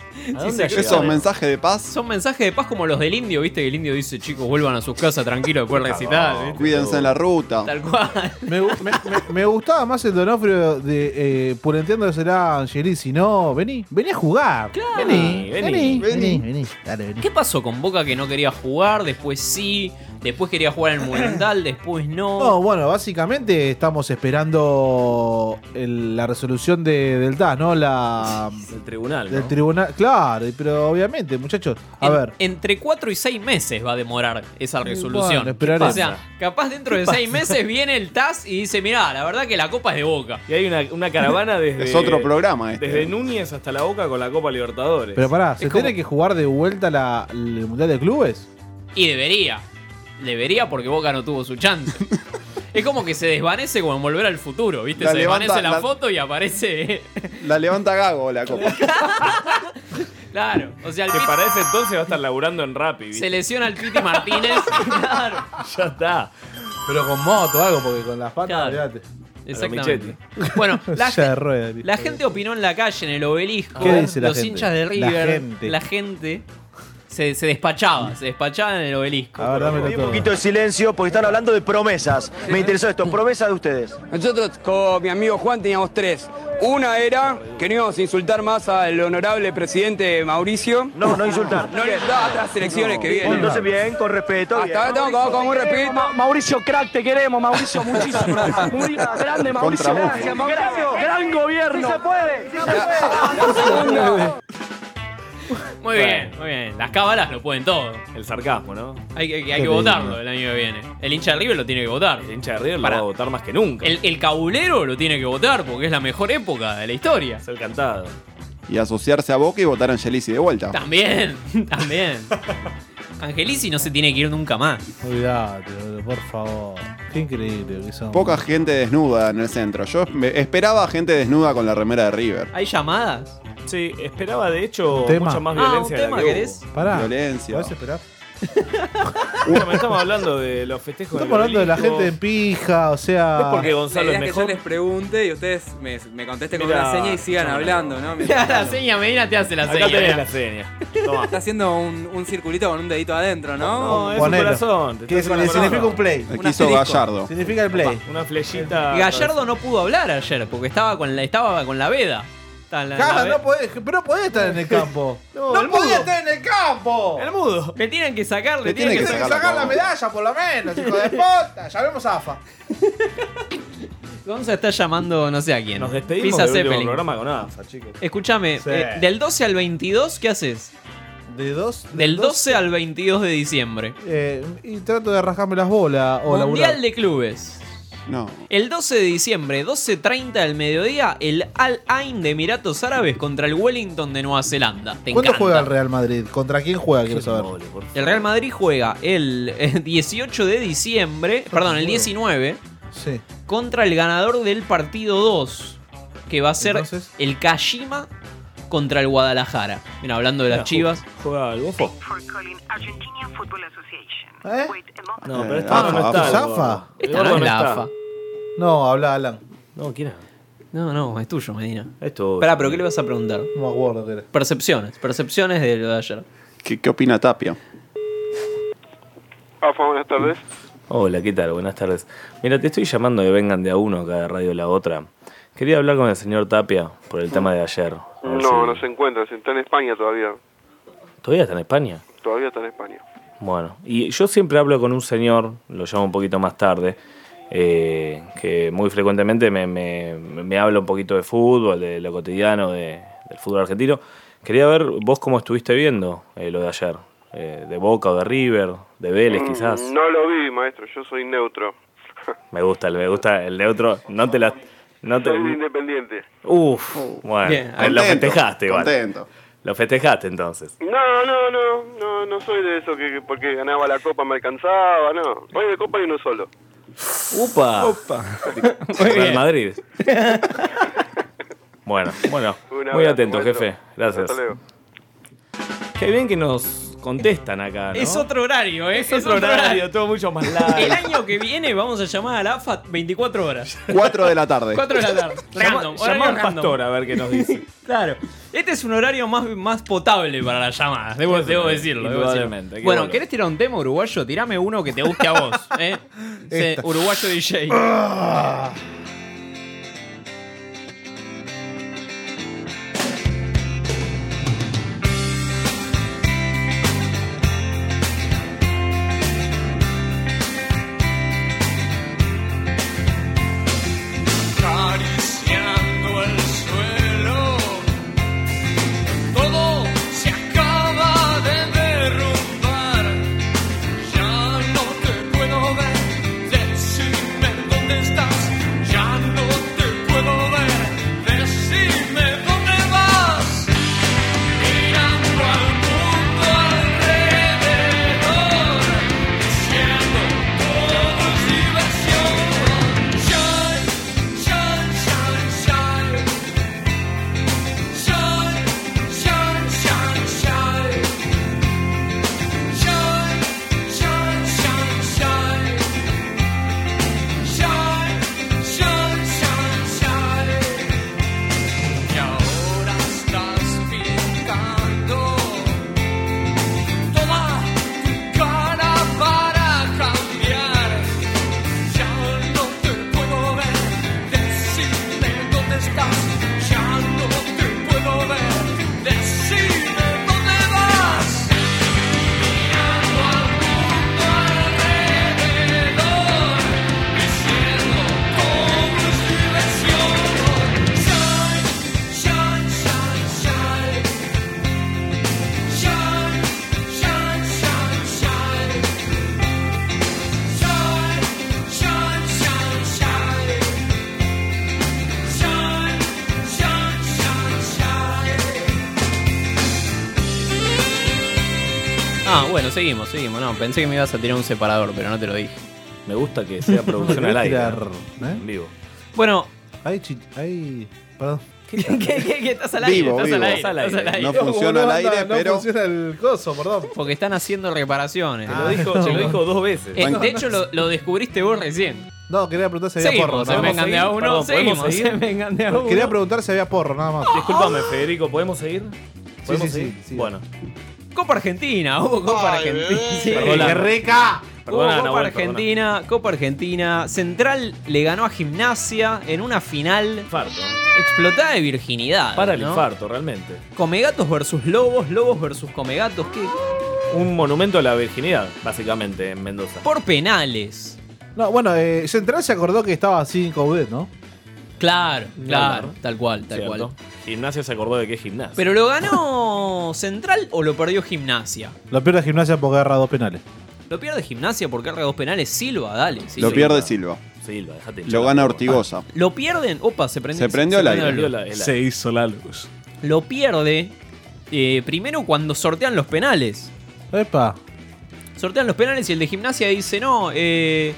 [SPEAKER 9] Esos mensajes de paz.
[SPEAKER 6] Son mensajes de paz como los del indio, viste que el indio dice, chicos, vuelvan a sus casas tranquilos después de recitar. ¿viste?
[SPEAKER 9] Cuídense en la ruta.
[SPEAKER 6] Tal cual.
[SPEAKER 7] Me, gu- me- me- me gustaba más el Donofrio de eh, Purenteando será Angelisi, no, vení, vení a jugar. Vení, vení, vení, vení, dale, vení.
[SPEAKER 6] ¿Qué pasó con Boca que no quería jugar? Después sí, después quería jugar en el Monumental, después
[SPEAKER 7] No,
[SPEAKER 6] no.
[SPEAKER 7] bueno, básicamente estamos esperando el- la resolución de- del TAS, ¿no? La,
[SPEAKER 8] El tribunal.
[SPEAKER 7] del
[SPEAKER 8] ¿no?
[SPEAKER 7] tribunal. Claro, pero obviamente, muchachos, a
[SPEAKER 6] En-
[SPEAKER 7] ver.
[SPEAKER 6] Entre 4 y 6 meses va a demorar esa
[SPEAKER 7] bueno,
[SPEAKER 6] resolución.
[SPEAKER 7] esperaremos.
[SPEAKER 6] o sea, capaz dentro
[SPEAKER 7] ¿Qué
[SPEAKER 6] de 6
[SPEAKER 7] pasa?
[SPEAKER 6] meses viene el TAS y dice, mirá, la verdad que la copa es de Boca.
[SPEAKER 8] Y hay una, una caravana desde.
[SPEAKER 9] Es otro programa este.
[SPEAKER 8] Desde Núñez hasta la boca con la Copa Libertadores.
[SPEAKER 7] Pero pará, ¿se tiene que jugar de vuelta la, el Mundial de Clubes?
[SPEAKER 6] Y debería. Debería porque Boca no tuvo su chance. es como que se desvanece como en volver al futuro, ¿viste?
[SPEAKER 9] La
[SPEAKER 6] se
[SPEAKER 9] levanta-
[SPEAKER 6] desvanece la,
[SPEAKER 9] la-
[SPEAKER 6] foto y aparece.
[SPEAKER 9] La levanta Gago la copa.
[SPEAKER 6] claro. O sea, el
[SPEAKER 8] Que
[SPEAKER 6] Piti-
[SPEAKER 8] para ese entonces va a estar laburando en Rappi. ¿viste?
[SPEAKER 6] se lesiona al Piti Martínez. claro.
[SPEAKER 8] Ya está.
[SPEAKER 7] Pero con moto o algo, porque con las patas,
[SPEAKER 6] Claro.
[SPEAKER 7] olvídate.
[SPEAKER 6] Exactamente. Bueno, la,
[SPEAKER 7] Silla de
[SPEAKER 6] gen-
[SPEAKER 7] ruedas, viste.
[SPEAKER 6] la gente opinó en la calle, en el obelisco.
[SPEAKER 7] ¿Qué dice la
[SPEAKER 6] los
[SPEAKER 7] gente?
[SPEAKER 6] hinchas de
[SPEAKER 7] La
[SPEAKER 6] River.
[SPEAKER 7] gente.
[SPEAKER 6] la gente se, se despachaba, se despachaba en el obelisco.
[SPEAKER 11] Pedí un poquito de silencio porque están hablando de promesas. Me interesó esto, promesas de ustedes.
[SPEAKER 10] Nosotros con mi amigo Juan teníamos tres. Una era que no íbamos a insultar más al honorable presidente Mauricio. No, no insultar. No le da a otras elecciones que vienen.
[SPEAKER 11] Entonces bien, con respeto.
[SPEAKER 10] Hasta
[SPEAKER 11] bien.
[SPEAKER 10] ahora estamos con- con un respeto.
[SPEAKER 11] Ma- Mauricio Crack, te queremos, Mauricio, muchísimo. Muy grande, Mauricio.
[SPEAKER 10] Contra
[SPEAKER 11] Gracias, Mauricio. Gran gobierno. se puede,
[SPEAKER 6] Muy bien, muy bien. Las cábalas lo pueden todo.
[SPEAKER 8] El sarcasmo, ¿no?
[SPEAKER 6] Hay, que- hay
[SPEAKER 8] Qué
[SPEAKER 6] que
[SPEAKER 8] lindo.
[SPEAKER 6] votarlo el año que viene. El hincha de River lo tiene que votar. El
[SPEAKER 8] hincha de River lo va a votar más que nunca.
[SPEAKER 6] El, el cabulero lo tiene que votar porque es la mejor época de la historia. Es
[SPEAKER 8] el cantado.
[SPEAKER 9] Y asociarse a Boca y votar a Angelisi de vuelta.
[SPEAKER 6] También, también. Angelici no se tiene que ir nunca más.
[SPEAKER 7] Olvídate, boludo, por favor. Qué increíble que son.
[SPEAKER 9] Poca gente desnuda en el centro. Yo me- esperaba gente desnuda con la remera de River.
[SPEAKER 6] ¿Hay llamadas?
[SPEAKER 8] Sí, esperaba de este, hecho
[SPEAKER 9] Un tema.
[SPEAKER 8] mucha más
[SPEAKER 9] Ah, un
[SPEAKER 8] violencia. de la
[SPEAKER 9] tema
[SPEAKER 8] que
[SPEAKER 9] querés.
[SPEAKER 8] hubo.
[SPEAKER 7] Pará.
[SPEAKER 9] Violencia.
[SPEAKER 7] ¿Podés esperar?
[SPEAKER 8] Bueno, estamos hablando de los festejos
[SPEAKER 7] Estamos hablando de la gente Ah. en pija, o sea.
[SPEAKER 8] Es porque Gonzalo
[SPEAKER 10] La idea que yo les pregunte y ustedes me, me contesten con
[SPEAKER 8] Mira,
[SPEAKER 10] una seña y sigan
[SPEAKER 8] yo-
[SPEAKER 10] hablando, ¿no? Mientras
[SPEAKER 6] la
[SPEAKER 10] hablo.
[SPEAKER 6] seña, Medina te hace la
[SPEAKER 10] Acá
[SPEAKER 6] seña.
[SPEAKER 10] tenés la
[SPEAKER 8] seña.
[SPEAKER 10] Está haciendo un, un circulito con un dedito adentro, ¿no?
[SPEAKER 7] Ponelo. Que es- significa un play.
[SPEAKER 9] Aquí hizo Gallardo.
[SPEAKER 7] Significa el play.
[SPEAKER 8] Una flechita.
[SPEAKER 6] Gallardo no pudo hablar ayer porque estaba con la, estaba con la veda. Estaba en la- en la
[SPEAKER 7] Claro,
[SPEAKER 6] veda.
[SPEAKER 7] no podés, pero podés estar en el campo. No,
[SPEAKER 6] el mudo.
[SPEAKER 7] podés estar en el campo.
[SPEAKER 6] El mudo. Le tienen que sacar, le
[SPEAKER 7] Le
[SPEAKER 6] tienen, que, sacar,
[SPEAKER 7] la medalla, por lo menos, hijo de puta. Llamemos a AFA.
[SPEAKER 6] Gonza está llamando no sé a quién. Nos
[SPEAKER 8] Pedimos del último programa con AFA, chicos.
[SPEAKER 6] Escúchame,
[SPEAKER 8] Sí.
[SPEAKER 6] eh, del 12 al 22, ¿qué haces?
[SPEAKER 7] De dos,
[SPEAKER 6] Del 12 al 22 de diciembre.
[SPEAKER 7] Eh, y trato de rascarme las bolas
[SPEAKER 8] Oh,
[SPEAKER 7] o
[SPEAKER 6] Mundial
[SPEAKER 7] laburar.
[SPEAKER 6] de Clubes.
[SPEAKER 9] No.
[SPEAKER 6] El 12 de diciembre, 12.30 del mediodía, el Al Ain de Emiratos Árabes contra el Wellington de Nueva Zelanda. Te
[SPEAKER 7] ¿Cuándo
[SPEAKER 6] encanta.
[SPEAKER 7] juega el Real Madrid? ¿Contra quién juega? Quiero saber.
[SPEAKER 6] El Real Madrid juega el eh, 18 de diciembre, perdón, el 19,
[SPEAKER 7] Sí.
[SPEAKER 6] contra el ganador del partido 2, que va a ser el Kashima contra el Guadalajara. Mira, hablando de las
[SPEAKER 8] Mira,
[SPEAKER 6] chivas.
[SPEAKER 8] Juega el bofo.
[SPEAKER 7] ¿Eh?
[SPEAKER 8] No, pero
[SPEAKER 7] Eh,
[SPEAKER 8] esta no,
[SPEAKER 7] AFA,
[SPEAKER 8] no está.
[SPEAKER 7] AFA.
[SPEAKER 8] el gordo.
[SPEAKER 7] AFA.
[SPEAKER 8] El
[SPEAKER 6] Esta no
[SPEAKER 8] gordo
[SPEAKER 6] es la
[SPEAKER 8] está.
[SPEAKER 6] AFA.
[SPEAKER 7] No, habla Alan.
[SPEAKER 8] No, ¿quién es?
[SPEAKER 6] No, no, es tuyo, Medina.
[SPEAKER 8] Es tuyo.
[SPEAKER 6] Pará, pero ¿qué le vas a preguntar?
[SPEAKER 7] No me acuerdo qué era.
[SPEAKER 6] Percepciones, percepciones de lo de ayer.
[SPEAKER 9] ¿Qué, qué opina Tapia?
[SPEAKER 15] Afa, buenas
[SPEAKER 8] Mm.
[SPEAKER 15] tardes.
[SPEAKER 8] Hola, ¿qué tal? Buenas tardes. Mira, te estoy llamando que vengan de a uno acá de Radio La Otra. Quería hablar con el señor Tapia por el tema de ayer. A ver
[SPEAKER 15] No,
[SPEAKER 8] si-
[SPEAKER 15] no se encuentra, se está en España todavía.
[SPEAKER 8] ¿Todavía está en España?
[SPEAKER 15] Todavía está en España.
[SPEAKER 8] Bueno, y yo siempre hablo con un señor, lo llamo un poquito más tarde, eh, que muy frecuentemente me, me, me habla un poquito de fútbol, de lo cotidiano, de- del fútbol argentino. Quería ver vos cómo estuviste viendo eh, lo de ayer, eh, de Boca o de River, de Vélez quizás.
[SPEAKER 15] Mm, No lo vi, maestro, yo soy neutro.
[SPEAKER 8] Me gusta, el- me gusta el neutro. No te la... No te,
[SPEAKER 15] Soy de independiente.
[SPEAKER 8] Uf, bueno,
[SPEAKER 15] Oh, Bien,
[SPEAKER 8] lo
[SPEAKER 15] contento,
[SPEAKER 8] festejaste igual.
[SPEAKER 15] contento.
[SPEAKER 8] Lo festejaste entonces.
[SPEAKER 15] No, no, no, no, no soy de eso que que porque ganaba la copa me alcanzaba, no. Hoy de copa hay uno solo.
[SPEAKER 8] ¡Upa! Real Madrid. bueno, bueno.
[SPEAKER 15] Un
[SPEAKER 8] Muy
[SPEAKER 15] abrazo,
[SPEAKER 8] atento,
[SPEAKER 15] maestro.
[SPEAKER 8] jefe. Gracias.
[SPEAKER 15] Hasta luego.
[SPEAKER 8] Qué bien que nos contestan acá, ¿no?
[SPEAKER 6] Es otro horario, ¿eh? Es,
[SPEAKER 8] otro horario, todo mucho más largo.
[SPEAKER 6] El año que viene vamos a llamar a la AFA 24 horas.
[SPEAKER 9] 4 de la tarde.
[SPEAKER 6] 4 de la tarde. Random, horario
[SPEAKER 8] Llamá al
[SPEAKER 6] random.
[SPEAKER 8] pastor a ver qué nos dice.
[SPEAKER 6] Claro. Este es un horario más, más potable para las llamadas, debo, debo decirlo. debo decirlo.
[SPEAKER 8] Indudablemente, qué
[SPEAKER 6] Bueno,
[SPEAKER 8] bueno.
[SPEAKER 6] ¿querés tirar un tema uruguayo? Tirame uno que te guste a vos. ¿eh? Ese
[SPEAKER 8] Esta.
[SPEAKER 6] uruguayo DJ.
[SPEAKER 5] Acariciando el suelo, todo se acaba de derrumbar. Ya no te puedo ver, decime dónde estás. Ya no te puedo ver, decime dónde vas. Mirando al mundo alrededor, diciendo todo es diversión. Yo Shine, shine, shine. Shine, shine, shine, shine. Shine, shine, shine, shine. Shine, shine, shine, shine. Y ahora estás pintando toda tu cara para cambiar. Ya no te puedo ver. Decime dónde estás, ya no te puedo ver. Decime dónde vas. Mirando al mundo alrededor, diciendo todo es diversión. Shine, shine, shine, shine. Shine, shine, shine, shine. Shine, shine, shine, shine. Shine, shine, shine, shine.
[SPEAKER 6] Ah, bueno, seguimos, seguimos. No, pensé que me ibas a tirar un separador, pero no te lo dije.
[SPEAKER 8] Me gusta que sea producción al aire.
[SPEAKER 7] ¿eh?
[SPEAKER 8] ¿no? En vivo.
[SPEAKER 6] Bueno.
[SPEAKER 7] Ahí, chi- ahí- perdón.
[SPEAKER 6] ¿Qué, qué, qué? Estás al aire,
[SPEAKER 7] Vivo,
[SPEAKER 6] estás,
[SPEAKER 7] vivo.
[SPEAKER 6] Al aire
[SPEAKER 7] Estás al
[SPEAKER 6] estás
[SPEAKER 7] aire.
[SPEAKER 6] al aire.
[SPEAKER 7] No funciona al aire, No, no pero-
[SPEAKER 6] funciona
[SPEAKER 7] el coso, perdón.
[SPEAKER 6] Porque están haciendo reparaciones.
[SPEAKER 7] Te lo dijo- te lo dijo dos veces.
[SPEAKER 6] Eh, de hecho, lo, lo descubriste vos recién.
[SPEAKER 7] No, quería preguntar si había
[SPEAKER 6] Seguimos,
[SPEAKER 7] porro.
[SPEAKER 6] se
[SPEAKER 7] nada más.
[SPEAKER 6] vengan de a uno,
[SPEAKER 7] Perdón, ¿podemos
[SPEAKER 6] seguimos,
[SPEAKER 7] seguir?
[SPEAKER 6] se vengan de a
[SPEAKER 7] Porque Quería
[SPEAKER 6] uno.
[SPEAKER 7] preguntar si había porro, nada más.
[SPEAKER 8] Disculpame, Federico, ¿podemos seguir? ¿Podemos
[SPEAKER 7] sí,
[SPEAKER 8] seguir? Bueno.
[SPEAKER 6] Copa Argentina, hubo Copa Argentina. Sí.
[SPEAKER 8] Perdona.
[SPEAKER 6] Hubo
[SPEAKER 8] Perdona,
[SPEAKER 6] Copa
[SPEAKER 8] Nahuel, perdona.
[SPEAKER 6] Argentina, Copa Argentina. Central le ganó a Gimnasia en una final. Explotada de virginidad.
[SPEAKER 8] Para el
[SPEAKER 6] ¿no?
[SPEAKER 8] infarto, realmente.
[SPEAKER 6] Comegatos versus Lobos, Lobos versus Comegatos. ¿Qué?
[SPEAKER 8] Un monumento a la virginidad, básicamente, en Mendoza.
[SPEAKER 6] Por penales.
[SPEAKER 7] No, bueno, eh, Central se acordó que estaba así en Coudet, ¿no?
[SPEAKER 6] Claro, claro.
[SPEAKER 8] Claro.
[SPEAKER 6] Tal cual, tal
[SPEAKER 8] Cierto.
[SPEAKER 6] cual.
[SPEAKER 8] Gimnasia se acordó de que es gimnasia.
[SPEAKER 6] Pero lo ganó Central o lo perdió Gimnasia.
[SPEAKER 7] Lo pierde Gimnasia porque agarra dos penales.
[SPEAKER 6] Lo pierde Gimnasia por carga de dos penales. Silva, dale. sí,
[SPEAKER 9] Lo
[SPEAKER 6] sí.
[SPEAKER 9] pierde Silva.
[SPEAKER 8] Silva, déjate
[SPEAKER 9] Lo gana Ortigosa.
[SPEAKER 6] Lo pierden. Opa, se prendió
[SPEAKER 9] Se prendió el aire.
[SPEAKER 6] la luz.
[SPEAKER 9] Se
[SPEAKER 8] hizo la luz.
[SPEAKER 6] Lo pierde eh, primero cuando sortean los penales.
[SPEAKER 7] Epa.
[SPEAKER 6] Sortean los penales y el de gimnasia dice, no, eh,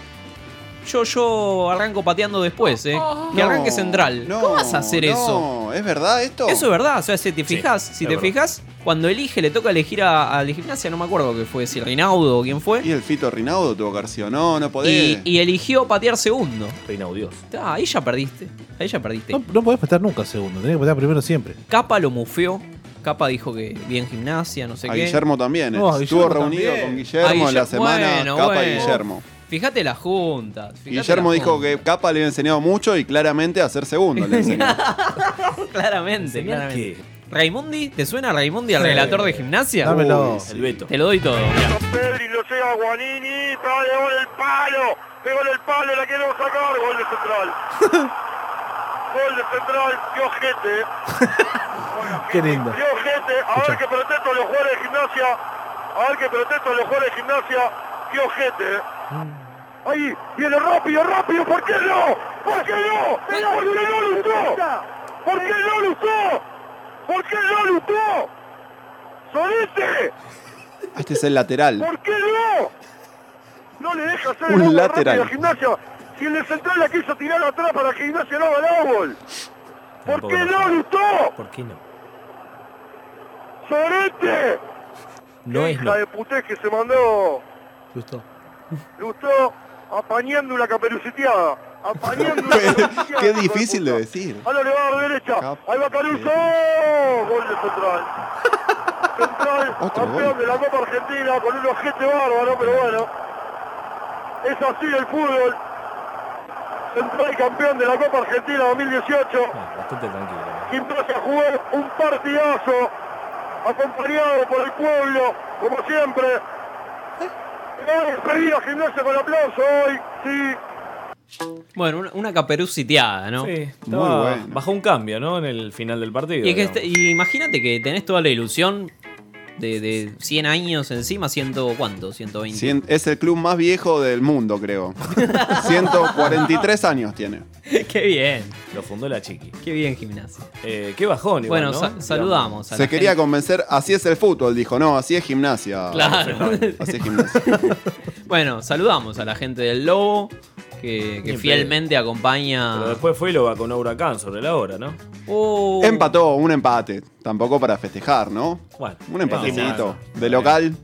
[SPEAKER 6] yo, yo arranco pateando después, eh. Que
[SPEAKER 9] No,
[SPEAKER 6] arranque central.
[SPEAKER 9] no,
[SPEAKER 6] ¿Cómo vas a hacer
[SPEAKER 9] no,
[SPEAKER 6] eso?
[SPEAKER 9] ¿es verdad esto?
[SPEAKER 6] Eso es verdad. O sea, si te fijas,
[SPEAKER 9] es
[SPEAKER 6] si te
[SPEAKER 9] verdad.
[SPEAKER 6] fijas, cuando elige, le toca elegir a, al de gimnasia, no me acuerdo que fue, si Rinaudo o quién fue.
[SPEAKER 9] Y el Fito Rinaudo tuvo que haber sido, no, no podés.
[SPEAKER 6] Y, y eligió patear segundo.
[SPEAKER 8] Rinaudios.
[SPEAKER 6] Ah, ahí ya perdiste. Ahí ya perdiste.
[SPEAKER 7] No, no podés patear nunca segundo, tenés que patear primero siempre.
[SPEAKER 6] Capa lo mufeó. Capa dijo que bien gimnasia, no sé
[SPEAKER 9] A
[SPEAKER 6] qué.
[SPEAKER 9] Guillermo también. eh.
[SPEAKER 7] No, a
[SPEAKER 9] Estuvo
[SPEAKER 7] Guillermo
[SPEAKER 9] reunido
[SPEAKER 7] también.
[SPEAKER 9] con
[SPEAKER 6] A
[SPEAKER 9] Guillermo
[SPEAKER 6] Guille-
[SPEAKER 9] la semana,
[SPEAKER 6] Bueno,
[SPEAKER 9] Capa y
[SPEAKER 6] bueno.
[SPEAKER 9] Guillermo.
[SPEAKER 6] Fíjate las juntas. fíjate
[SPEAKER 9] Guillermo
[SPEAKER 6] las
[SPEAKER 9] dijo que Capa le había enseñado mucho y claramente a hacer segundo le enseñó.
[SPEAKER 6] Claramente, claramente. Raimundi, ¿te suena Raimundi al
[SPEAKER 9] Sí.
[SPEAKER 6] relator de gimnasia?
[SPEAKER 9] Dámelo.
[SPEAKER 6] Uy, sí. Te lo doy todo. mirá.
[SPEAKER 16] llega Guanini, trae gol el palo, pegó en el palo, la quiero sacar, gol de central. gol de central, qué ojete,
[SPEAKER 7] Qué lindo.
[SPEAKER 16] qué ojete, a ver que protestan los jugadores de gimnasia, a ver que protestan los jugadores de gimnasia, qué ojete. eh. Ahí, viene rápido, rápido, ¿por qué no? ¿Por qué no? ¿Por qué no lo usó? ¿Por qué no lo usó? ¿Por qué no lo usó? ¡Solete!
[SPEAKER 9] Ah, Este es el lateral.
[SPEAKER 16] ¿Por qué no? No le deja hacer
[SPEAKER 9] Un
[SPEAKER 16] el agua
[SPEAKER 9] lateral.
[SPEAKER 16] rápida a gimnasia. Si el de central la quiso tirar atrás para que gimnasia no haga el árbol. ¿Por
[SPEAKER 13] Tampoco
[SPEAKER 16] qué
[SPEAKER 13] lo
[SPEAKER 16] no,
[SPEAKER 13] sé.
[SPEAKER 16] Lutó?
[SPEAKER 13] ¿Por qué no?
[SPEAKER 16] ¡Sorete!
[SPEAKER 13] No es no.
[SPEAKER 16] La de putés que se mandó
[SPEAKER 13] Justo.
[SPEAKER 16] Lutó apañando una caperuciteada. Apañando una caperuciteada.
[SPEAKER 9] Qué difícil de decir.
[SPEAKER 16] Ahora le va a la derecha. Ahí va Caruso. Oh, Gol de Central. Central, campeón de la Copa Argentina con un ojete bárbaro, pero bueno. Es así el fútbol. Central campeón de la Copa Argentina 2018.
[SPEAKER 8] Bastante tranquilo.
[SPEAKER 16] Quien pasa a jugar un partidazo acompañado por el pueblo, como siempre. Va a despedir a Gimnasia con aplauso hoy, sí.
[SPEAKER 6] Bueno, una, una caperuciteada, ¿no?
[SPEAKER 8] Sí, estaba- Bajó un cambio, ¿no? En el final del partido.
[SPEAKER 6] Y es que
[SPEAKER 8] digamos.
[SPEAKER 6] este- y imagínate que tenés toda la ilusión de, de 100 años encima, ¿ciento cuánto? 120.
[SPEAKER 9] Cien- es el club más viejo del mundo, creo. 143 años tiene.
[SPEAKER 6] Qué bien.
[SPEAKER 8] Lo fundó la chiqui. Eh,
[SPEAKER 6] Qué bien, gimnasia.
[SPEAKER 8] qué bajón, igual,
[SPEAKER 6] Bueno,
[SPEAKER 8] ¿no?
[SPEAKER 6] sa- saludamos. a
[SPEAKER 9] Se
[SPEAKER 6] la
[SPEAKER 9] quería
[SPEAKER 6] gente.
[SPEAKER 9] convencer, así es el fútbol, dijo. No, así es gimnasia.
[SPEAKER 6] Claro.
[SPEAKER 9] Así es gimnasia.
[SPEAKER 6] Bueno, saludamos a la gente del Lobo que, que
[SPEAKER 8] Ni
[SPEAKER 6] fielmente acompaña.
[SPEAKER 8] Pero después fue y lo vacunó a Huracán sobre la hora, ¿no?
[SPEAKER 6] Oh,
[SPEAKER 9] Empató, un empate. Tampoco para festejar, ¿no?
[SPEAKER 8] Bueno, eh,
[SPEAKER 9] Un
[SPEAKER 8] es
[SPEAKER 9] empatecito.
[SPEAKER 8] gimnasia.
[SPEAKER 9] De local.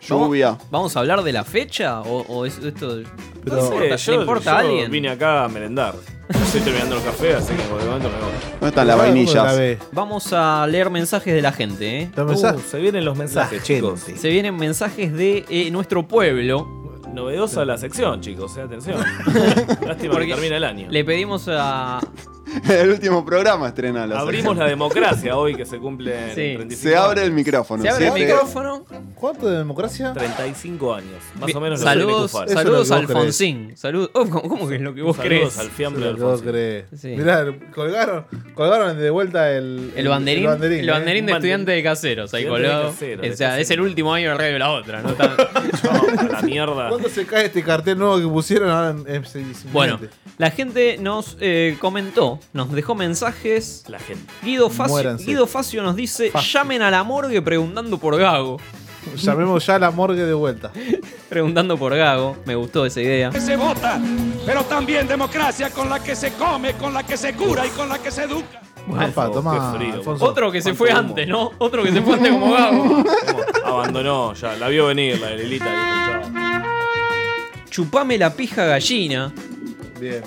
[SPEAKER 9] Lluvia.
[SPEAKER 6] ¿Vamos a hablar de la fecha? ¿O, o es esto.?
[SPEAKER 8] Pero,
[SPEAKER 6] no
[SPEAKER 8] no
[SPEAKER 6] sé,
[SPEAKER 8] sé,
[SPEAKER 6] ¿le
[SPEAKER 8] yo,
[SPEAKER 6] importa
[SPEAKER 8] yo
[SPEAKER 6] a alguien?
[SPEAKER 8] vine acá a merendar. Estoy terminando el café, así que por el momento me voy.
[SPEAKER 9] ¿Dónde están las vainillas?
[SPEAKER 6] Vamos a leer mensajes de la gente, ¿eh?
[SPEAKER 8] Los mensajes. Uh, se vienen los mensajes, La chicos. gente.
[SPEAKER 6] Se vienen mensajes de eh, nuestro pueblo.
[SPEAKER 8] Novedosa la sección, chicos, eh, atención. Lástima
[SPEAKER 6] Porque
[SPEAKER 8] que termina el año.
[SPEAKER 6] Le pedimos a.
[SPEAKER 9] El último programa estrena la
[SPEAKER 8] Abrimos la
[SPEAKER 9] sección.
[SPEAKER 8] democracia hoy que se cumple
[SPEAKER 6] Sí.
[SPEAKER 8] 35
[SPEAKER 9] Se abre
[SPEAKER 8] años.
[SPEAKER 9] el micrófono. siete-
[SPEAKER 7] ¿Cuánto de democracia?
[SPEAKER 8] 35 años. Más
[SPEAKER 6] Bien,
[SPEAKER 8] o menos lo que tiene que
[SPEAKER 6] saludos,
[SPEAKER 8] ocupar.
[SPEAKER 6] saludos a Alfonsín. Saludos. oh, ¿cómo, cómo que es lo que vos
[SPEAKER 8] Saludos
[SPEAKER 6] crees?
[SPEAKER 8] al fiambre
[SPEAKER 7] Lo
[SPEAKER 8] de
[SPEAKER 7] que vos
[SPEAKER 8] Alfonsín.
[SPEAKER 7] crees.
[SPEAKER 6] Sí.
[SPEAKER 7] Mirá, colgaron, colgaron de vuelta el,
[SPEAKER 6] El banderín, el banderín,
[SPEAKER 7] ¿eh?
[SPEAKER 6] de estudiante de caseros, ahí
[SPEAKER 8] Estudiante de
[SPEAKER 6] colgado.
[SPEAKER 8] caseros,
[SPEAKER 6] o
[SPEAKER 8] de
[SPEAKER 6] sea, es el último año del radio de la otra, ¿no? Está-
[SPEAKER 8] la mierda.
[SPEAKER 7] ¿Cuándo se cae este cartel nuevo que pusieron ahora en- en- en-
[SPEAKER 6] Bueno, la gente nos eh, comentó, nos dejó mensajes.
[SPEAKER 8] La gente.
[SPEAKER 6] Guido Facio,
[SPEAKER 7] Muéranse.
[SPEAKER 6] Guido Facio nos dice: llamen a la morgue preguntando por Gago.
[SPEAKER 7] Llamemos ya a la morgue de vuelta.
[SPEAKER 6] Preguntando por Gago, me gustó esa idea.
[SPEAKER 17] que se vota, pero también democracia con la que se come, con la que se cura y con la que se educa.
[SPEAKER 7] Apa, toma, Ah, Alfonso.
[SPEAKER 6] Otro que se fue antes, ¿no? Otro que se fue antes como Gago.
[SPEAKER 8] Abandonó ya, la vio venir la de Lilita. dijo,
[SPEAKER 6] Chupame la pija gallina.
[SPEAKER 8] "Chao".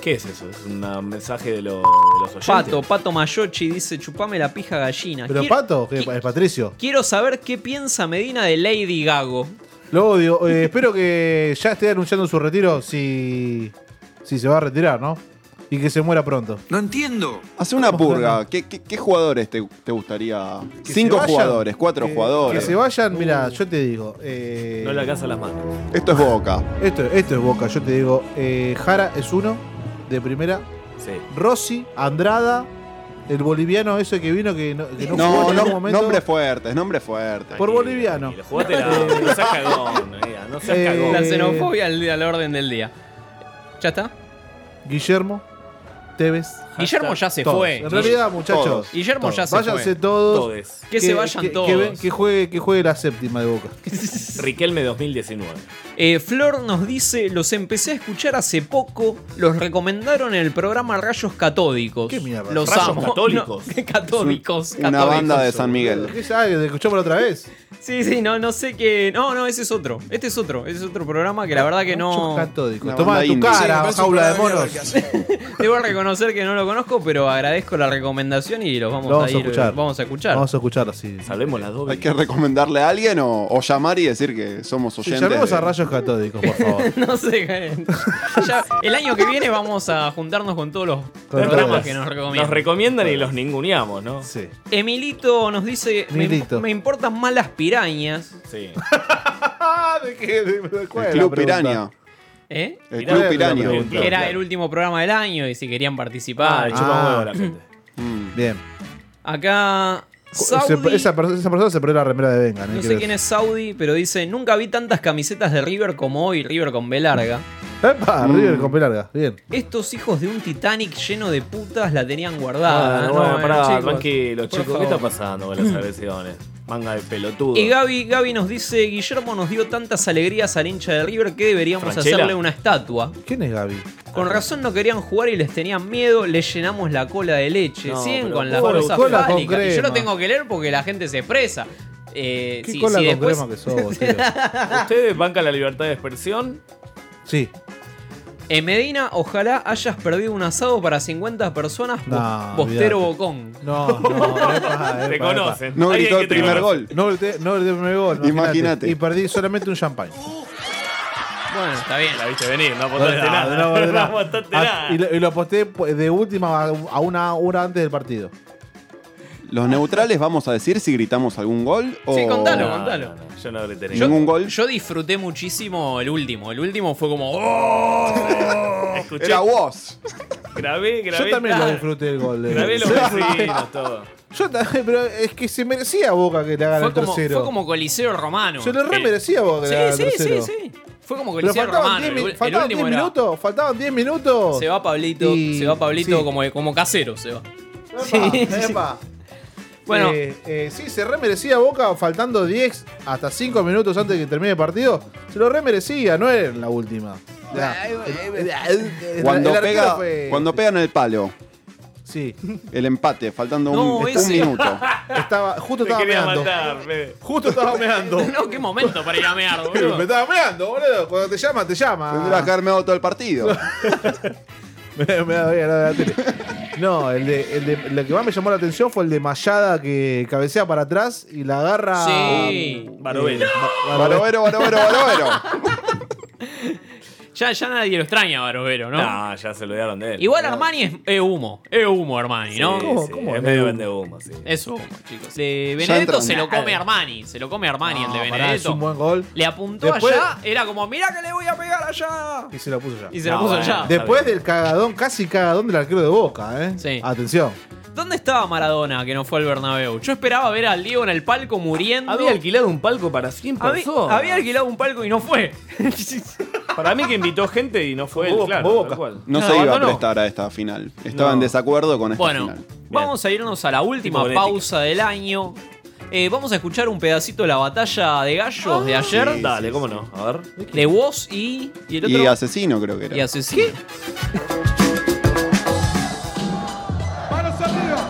[SPEAKER 8] ¿Qué es eso? Es un ah, mensaje de, lo- de los oyentes.
[SPEAKER 6] Pato, Pato Mayochi dice: chupame la pija gallina.
[SPEAKER 7] Pero
[SPEAKER 6] Quiero-
[SPEAKER 7] Pato, que es Patricio.
[SPEAKER 6] Quiero saber qué piensa Medina de Lady Gago.
[SPEAKER 7] Lo odio. Eh, espero que ya esté anunciando su retiro si, si se va a retirar, ¿no? Y que se muera pronto.
[SPEAKER 9] No entiendo. Hace una purga. ¿Qué, qué- qué jugadores te, te gustaría?
[SPEAKER 7] Que
[SPEAKER 9] Cinco
[SPEAKER 7] se vayan.
[SPEAKER 9] jugadores, cuatro
[SPEAKER 7] Que-
[SPEAKER 9] jugadores.
[SPEAKER 7] Que se vayan,
[SPEAKER 6] Uh.
[SPEAKER 7] mira, yo te digo. eh,
[SPEAKER 8] No le alcanza las manos.
[SPEAKER 9] Esto es Boca.
[SPEAKER 7] Esto, esto es Boca, yo te digo. eh, Jara es uno, de primera.
[SPEAKER 8] Sí.
[SPEAKER 7] Rossi, Andrada, el boliviano ese que vino que no, que no jugó
[SPEAKER 9] No,
[SPEAKER 7] en
[SPEAKER 9] no,
[SPEAKER 7] ningún momento.
[SPEAKER 9] nombres fuertes, nombres fuertes.
[SPEAKER 7] Por boliviano. Eh,
[SPEAKER 8] Jugate la. No seas cagón, amiga, no seas cagón.
[SPEAKER 6] La xenofobia al, al orden del día. ¿Ya está?
[SPEAKER 7] Guillermo, Tevez.
[SPEAKER 6] Guillermo ya se
[SPEAKER 7] Todos.
[SPEAKER 6] fue.
[SPEAKER 7] En realidad, muchachos.
[SPEAKER 6] Todos. Guillermo
[SPEAKER 7] todos.
[SPEAKER 6] ya se
[SPEAKER 7] Váyanse
[SPEAKER 6] fue.
[SPEAKER 7] todos.
[SPEAKER 8] Todes.
[SPEAKER 6] Que se vayan
[SPEAKER 7] que-
[SPEAKER 6] todos.
[SPEAKER 7] Que, ven- que juegue, que juegue la séptima de Boca.
[SPEAKER 8] Riquelme 2019.
[SPEAKER 6] Eh, Flor nos dice, los empecé a escuchar hace poco, los recomendaron en el programa Rayos Catódicos. ¿Qué mierda? Los
[SPEAKER 8] ¿Rayos
[SPEAKER 6] amo.
[SPEAKER 8] Católicos?
[SPEAKER 6] No, ¿qué catódicos.
[SPEAKER 9] Una
[SPEAKER 6] Catódicos.
[SPEAKER 9] banda de San Miguel.
[SPEAKER 7] ¿Qué sabes? ¿Escuchamos otra vez?
[SPEAKER 6] Sí, sí, no, no sé qué... No, no, ese es otro. Este es otro. Ese es otro programa que la verdad que no...
[SPEAKER 7] Catódico.
[SPEAKER 9] Una
[SPEAKER 7] Toma
[SPEAKER 9] banda
[SPEAKER 7] tu
[SPEAKER 9] indie. Sí, me
[SPEAKER 7] cara,
[SPEAKER 9] parece un
[SPEAKER 7] jaula de
[SPEAKER 9] programa de
[SPEAKER 7] monos.
[SPEAKER 6] Debo reconocer que no lo conozco, pero agradezco la recomendación y los vamos,
[SPEAKER 7] Lo vamos
[SPEAKER 6] a
[SPEAKER 7] a
[SPEAKER 6] ir-
[SPEAKER 7] escuchar.
[SPEAKER 6] Vamos a escuchar.
[SPEAKER 7] Vamos a escuchar así.
[SPEAKER 8] Salvemos las dos.
[SPEAKER 9] ¿Hay que recomendarle a alguien o, o llamar y decir que somos
[SPEAKER 7] Sí,
[SPEAKER 9] oyentes?
[SPEAKER 7] llamemos
[SPEAKER 9] de-
[SPEAKER 7] a rayos catódicos, por favor.
[SPEAKER 6] No sé, Karen. Ya, el año que viene vamos a juntarnos con todos los programas que nos
[SPEAKER 8] Nos
[SPEAKER 6] recomiendan.
[SPEAKER 8] recomiendan y los ninguneamos, ¿no?
[SPEAKER 7] Sí.
[SPEAKER 6] Emilito nos dice, me,
[SPEAKER 8] Milito.
[SPEAKER 6] me importan más las pirañas.
[SPEAKER 8] Sí.
[SPEAKER 7] ¿De qué? ¿De- de cuál
[SPEAKER 9] El
[SPEAKER 7] es la
[SPEAKER 9] Club
[SPEAKER 7] pregunta?
[SPEAKER 9] Piraña.
[SPEAKER 6] ¿Eh?
[SPEAKER 9] El
[SPEAKER 6] Mirá,
[SPEAKER 9] Club Piraña.
[SPEAKER 6] Que era el último programa del año y si querían
[SPEAKER 8] Ah,
[SPEAKER 6] participar. Ah.
[SPEAKER 7] Bien.
[SPEAKER 6] Acá.
[SPEAKER 7] Se-
[SPEAKER 6] Saudi,
[SPEAKER 7] esa, per- esa persona se perdió la remera de Vengan.
[SPEAKER 6] no sé quién es Saudi, pero dice: Nunca vi tantas camisetas de River como hoy, River con B larga.
[SPEAKER 7] ¡Epa! River con P larga. Bien.
[SPEAKER 6] Estos hijos de un Titanic lleno de putas la tenían guardada.
[SPEAKER 8] Ah,
[SPEAKER 6] No,
[SPEAKER 8] bueno,
[SPEAKER 6] eh,
[SPEAKER 8] pará,
[SPEAKER 6] chicos,
[SPEAKER 8] tranquilo,
[SPEAKER 6] por
[SPEAKER 8] chicos. ¿Qué
[SPEAKER 6] favor.
[SPEAKER 8] está pasando con las agresiones? Manga de pelotudo.
[SPEAKER 6] Y Gaby, Gaby nos dice, Guillermo nos dio tantas alegrías al hincha de River que deberíamos
[SPEAKER 8] Franchella.
[SPEAKER 6] hacerle una estatua.
[SPEAKER 7] ¿Quién es Gaby?
[SPEAKER 6] Con razón no querían jugar y les tenían miedo, les llenamos la cola de leche.
[SPEAKER 7] No,
[SPEAKER 6] Siguen
[SPEAKER 7] pero
[SPEAKER 6] con la
[SPEAKER 7] pobre,
[SPEAKER 6] cosa
[SPEAKER 7] cola con
[SPEAKER 6] fálica. Y yo lo
[SPEAKER 7] crema.
[SPEAKER 6] tengo que leer porque la gente se expresa. Eh,
[SPEAKER 7] ¿Qué
[SPEAKER 6] si-
[SPEAKER 7] cola
[SPEAKER 6] si
[SPEAKER 7] con
[SPEAKER 6] después-
[SPEAKER 7] crema que sos, tío?
[SPEAKER 8] ¿Ustedes bancan la libertad de expresión?
[SPEAKER 7] Sí.
[SPEAKER 6] En Medina, ojalá hayas perdido un asado para 50 personas, bo-
[SPEAKER 7] No,
[SPEAKER 6] Bostero
[SPEAKER 7] olvidate.
[SPEAKER 6] Bocón.
[SPEAKER 7] No, no, epa, epa,
[SPEAKER 6] conocen.
[SPEAKER 7] epa.
[SPEAKER 6] No Ah, Alguien gritó que el te primer conoce.
[SPEAKER 7] No grité, no grité el primer gol.
[SPEAKER 9] Imagínate.
[SPEAKER 7] Y perdí solamente un champagne.
[SPEAKER 6] Bueno, está bien.
[SPEAKER 8] La viste venir, no
[SPEAKER 7] No
[SPEAKER 8] apostaste
[SPEAKER 7] grité
[SPEAKER 8] nada.
[SPEAKER 7] no grité
[SPEAKER 8] No
[SPEAKER 7] nada.
[SPEAKER 8] apostaste
[SPEAKER 7] Ah,
[SPEAKER 8] nada.
[SPEAKER 7] Y lo, y lo aposté pues, de última a a una hora antes del partido.
[SPEAKER 9] Los neutrales vamos a decir si gritamos algún gol o.
[SPEAKER 6] Sí, contalo, contalo.
[SPEAKER 8] Yo no grité
[SPEAKER 9] Yo- Ningún gol.
[SPEAKER 6] Yo disfruté muchísimo el último. El último fue como. "Oh".
[SPEAKER 8] Escuché. Era
[SPEAKER 9] vos.
[SPEAKER 8] Grabé, grabé.
[SPEAKER 7] Yo también lo
[SPEAKER 8] tal.
[SPEAKER 7] disfruté el gol. de-
[SPEAKER 8] Grabé los
[SPEAKER 7] Sí.
[SPEAKER 8] vecinos, todo.
[SPEAKER 7] Yo también, pero es que se merecía Boca que le hagan
[SPEAKER 6] Fue
[SPEAKER 7] el
[SPEAKER 6] como,
[SPEAKER 7] tercero.
[SPEAKER 6] fue como Coliseo Romano.
[SPEAKER 7] Se le re
[SPEAKER 8] Eh,
[SPEAKER 6] El-
[SPEAKER 7] merecía Boca que
[SPEAKER 6] Sí,
[SPEAKER 7] le hagan
[SPEAKER 6] sí,
[SPEAKER 7] el
[SPEAKER 6] sí,
[SPEAKER 7] tercero.
[SPEAKER 6] sí. Fue como
[SPEAKER 7] Pero
[SPEAKER 6] Coliseo
[SPEAKER 7] faltaban
[SPEAKER 6] Romano.
[SPEAKER 7] 10
[SPEAKER 6] El,
[SPEAKER 7] mi-
[SPEAKER 6] ul- el
[SPEAKER 7] faltaban 10
[SPEAKER 6] último era.
[SPEAKER 7] minutos. Faltaban 10 minutos.
[SPEAKER 6] Se va Pablito,
[SPEAKER 7] Y-
[SPEAKER 6] se va Pablito
[SPEAKER 7] sí.
[SPEAKER 6] como, como casero, se va.
[SPEAKER 7] Epa, epa.
[SPEAKER 6] Bueno.
[SPEAKER 7] Eh, eh, sí, se re merecía Boca faltando 10 hasta 5 minutos antes de que termine el partido. Se lo re merecía, no era en la última. Ya.
[SPEAKER 9] Cuando,
[SPEAKER 7] El arquero
[SPEAKER 9] pega,
[SPEAKER 7] fue-
[SPEAKER 9] cuando pegan el palo.
[SPEAKER 7] Sí.
[SPEAKER 9] El empate, faltando
[SPEAKER 6] No,
[SPEAKER 9] un, un
[SPEAKER 6] ese.
[SPEAKER 9] minuto.
[SPEAKER 7] Estaba, justo
[SPEAKER 8] Me
[SPEAKER 7] estaba
[SPEAKER 8] quería
[SPEAKER 7] meando.
[SPEAKER 8] matar, bebé.
[SPEAKER 7] Justo estaba meando.
[SPEAKER 6] No, qué momento para ir a mear,
[SPEAKER 7] Me
[SPEAKER 6] boludo.
[SPEAKER 7] estaba meando, boludo. Cuando te llama, te llama.
[SPEAKER 9] Tendrás que haberme dado todo el partido.
[SPEAKER 7] Me da- me da- me da- me da tele. No, el de, el de- lo que más me llamó la atención fue el de Mayada que cabecea para atrás y la agarra.
[SPEAKER 6] Sí.
[SPEAKER 8] Barovero.
[SPEAKER 9] Barovero, barovero, barovero.
[SPEAKER 6] Ya, ya nadie lo extraña, Barovero, ¿no?
[SPEAKER 8] No, ya se olvidaron de él.
[SPEAKER 6] Igual Armani es, es humo. Es humo, Armani,
[SPEAKER 8] Sí,
[SPEAKER 6] ¿no?
[SPEAKER 8] sí,
[SPEAKER 7] cómo
[SPEAKER 8] es
[SPEAKER 7] es?
[SPEAKER 8] medio vende humo, sí.
[SPEAKER 6] Es humo, chicos. De
[SPEAKER 9] Ya
[SPEAKER 6] Benedetto
[SPEAKER 9] entró.
[SPEAKER 6] se lo come Armani. Se lo come Armani, el de
[SPEAKER 7] No,
[SPEAKER 6] Benedetto.
[SPEAKER 7] pará, es un buen gol.
[SPEAKER 6] Le apuntó
[SPEAKER 7] Después-
[SPEAKER 6] allá, era como, mirá que le voy a pegar allá.
[SPEAKER 7] Y se lo puso ya.
[SPEAKER 6] Y se lo puso allá.
[SPEAKER 7] Después del cagadón, casi cagadón del arquero de Boca, ¿eh?
[SPEAKER 6] Sí.
[SPEAKER 7] Atención.
[SPEAKER 6] ¿Dónde estaba Maradona que no fue al Bernabéu? Yo esperaba ver al Diego en el palco muriendo.
[SPEAKER 8] Había alquilado un palco para 100
[SPEAKER 6] Había-
[SPEAKER 8] personas.
[SPEAKER 6] había alquilado un palco y no fue.
[SPEAKER 8] Para mí que invitó gente y no fue él,
[SPEAKER 7] Boca,
[SPEAKER 8] claro.
[SPEAKER 7] Boca.
[SPEAKER 8] tal cual.
[SPEAKER 9] No se iba a
[SPEAKER 8] abandonó.
[SPEAKER 9] prestar a esta final. Estaba en
[SPEAKER 8] No.
[SPEAKER 9] desacuerdo con esta
[SPEAKER 6] Bueno,
[SPEAKER 9] final.
[SPEAKER 6] vamos a irnos a la última
[SPEAKER 8] Tipo Bonetti.
[SPEAKER 6] pausa del año. Eh, vamos a escuchar un pedacito de la batalla de gallos de ayer.
[SPEAKER 9] Sí,
[SPEAKER 8] Ah, Dale,
[SPEAKER 9] sí,
[SPEAKER 8] cómo
[SPEAKER 9] sí.
[SPEAKER 8] no. A ver.
[SPEAKER 6] De vos y, y el otro.
[SPEAKER 9] Y asesino creo que
[SPEAKER 6] y
[SPEAKER 9] era.
[SPEAKER 6] asesino.
[SPEAKER 5] Manos arriba.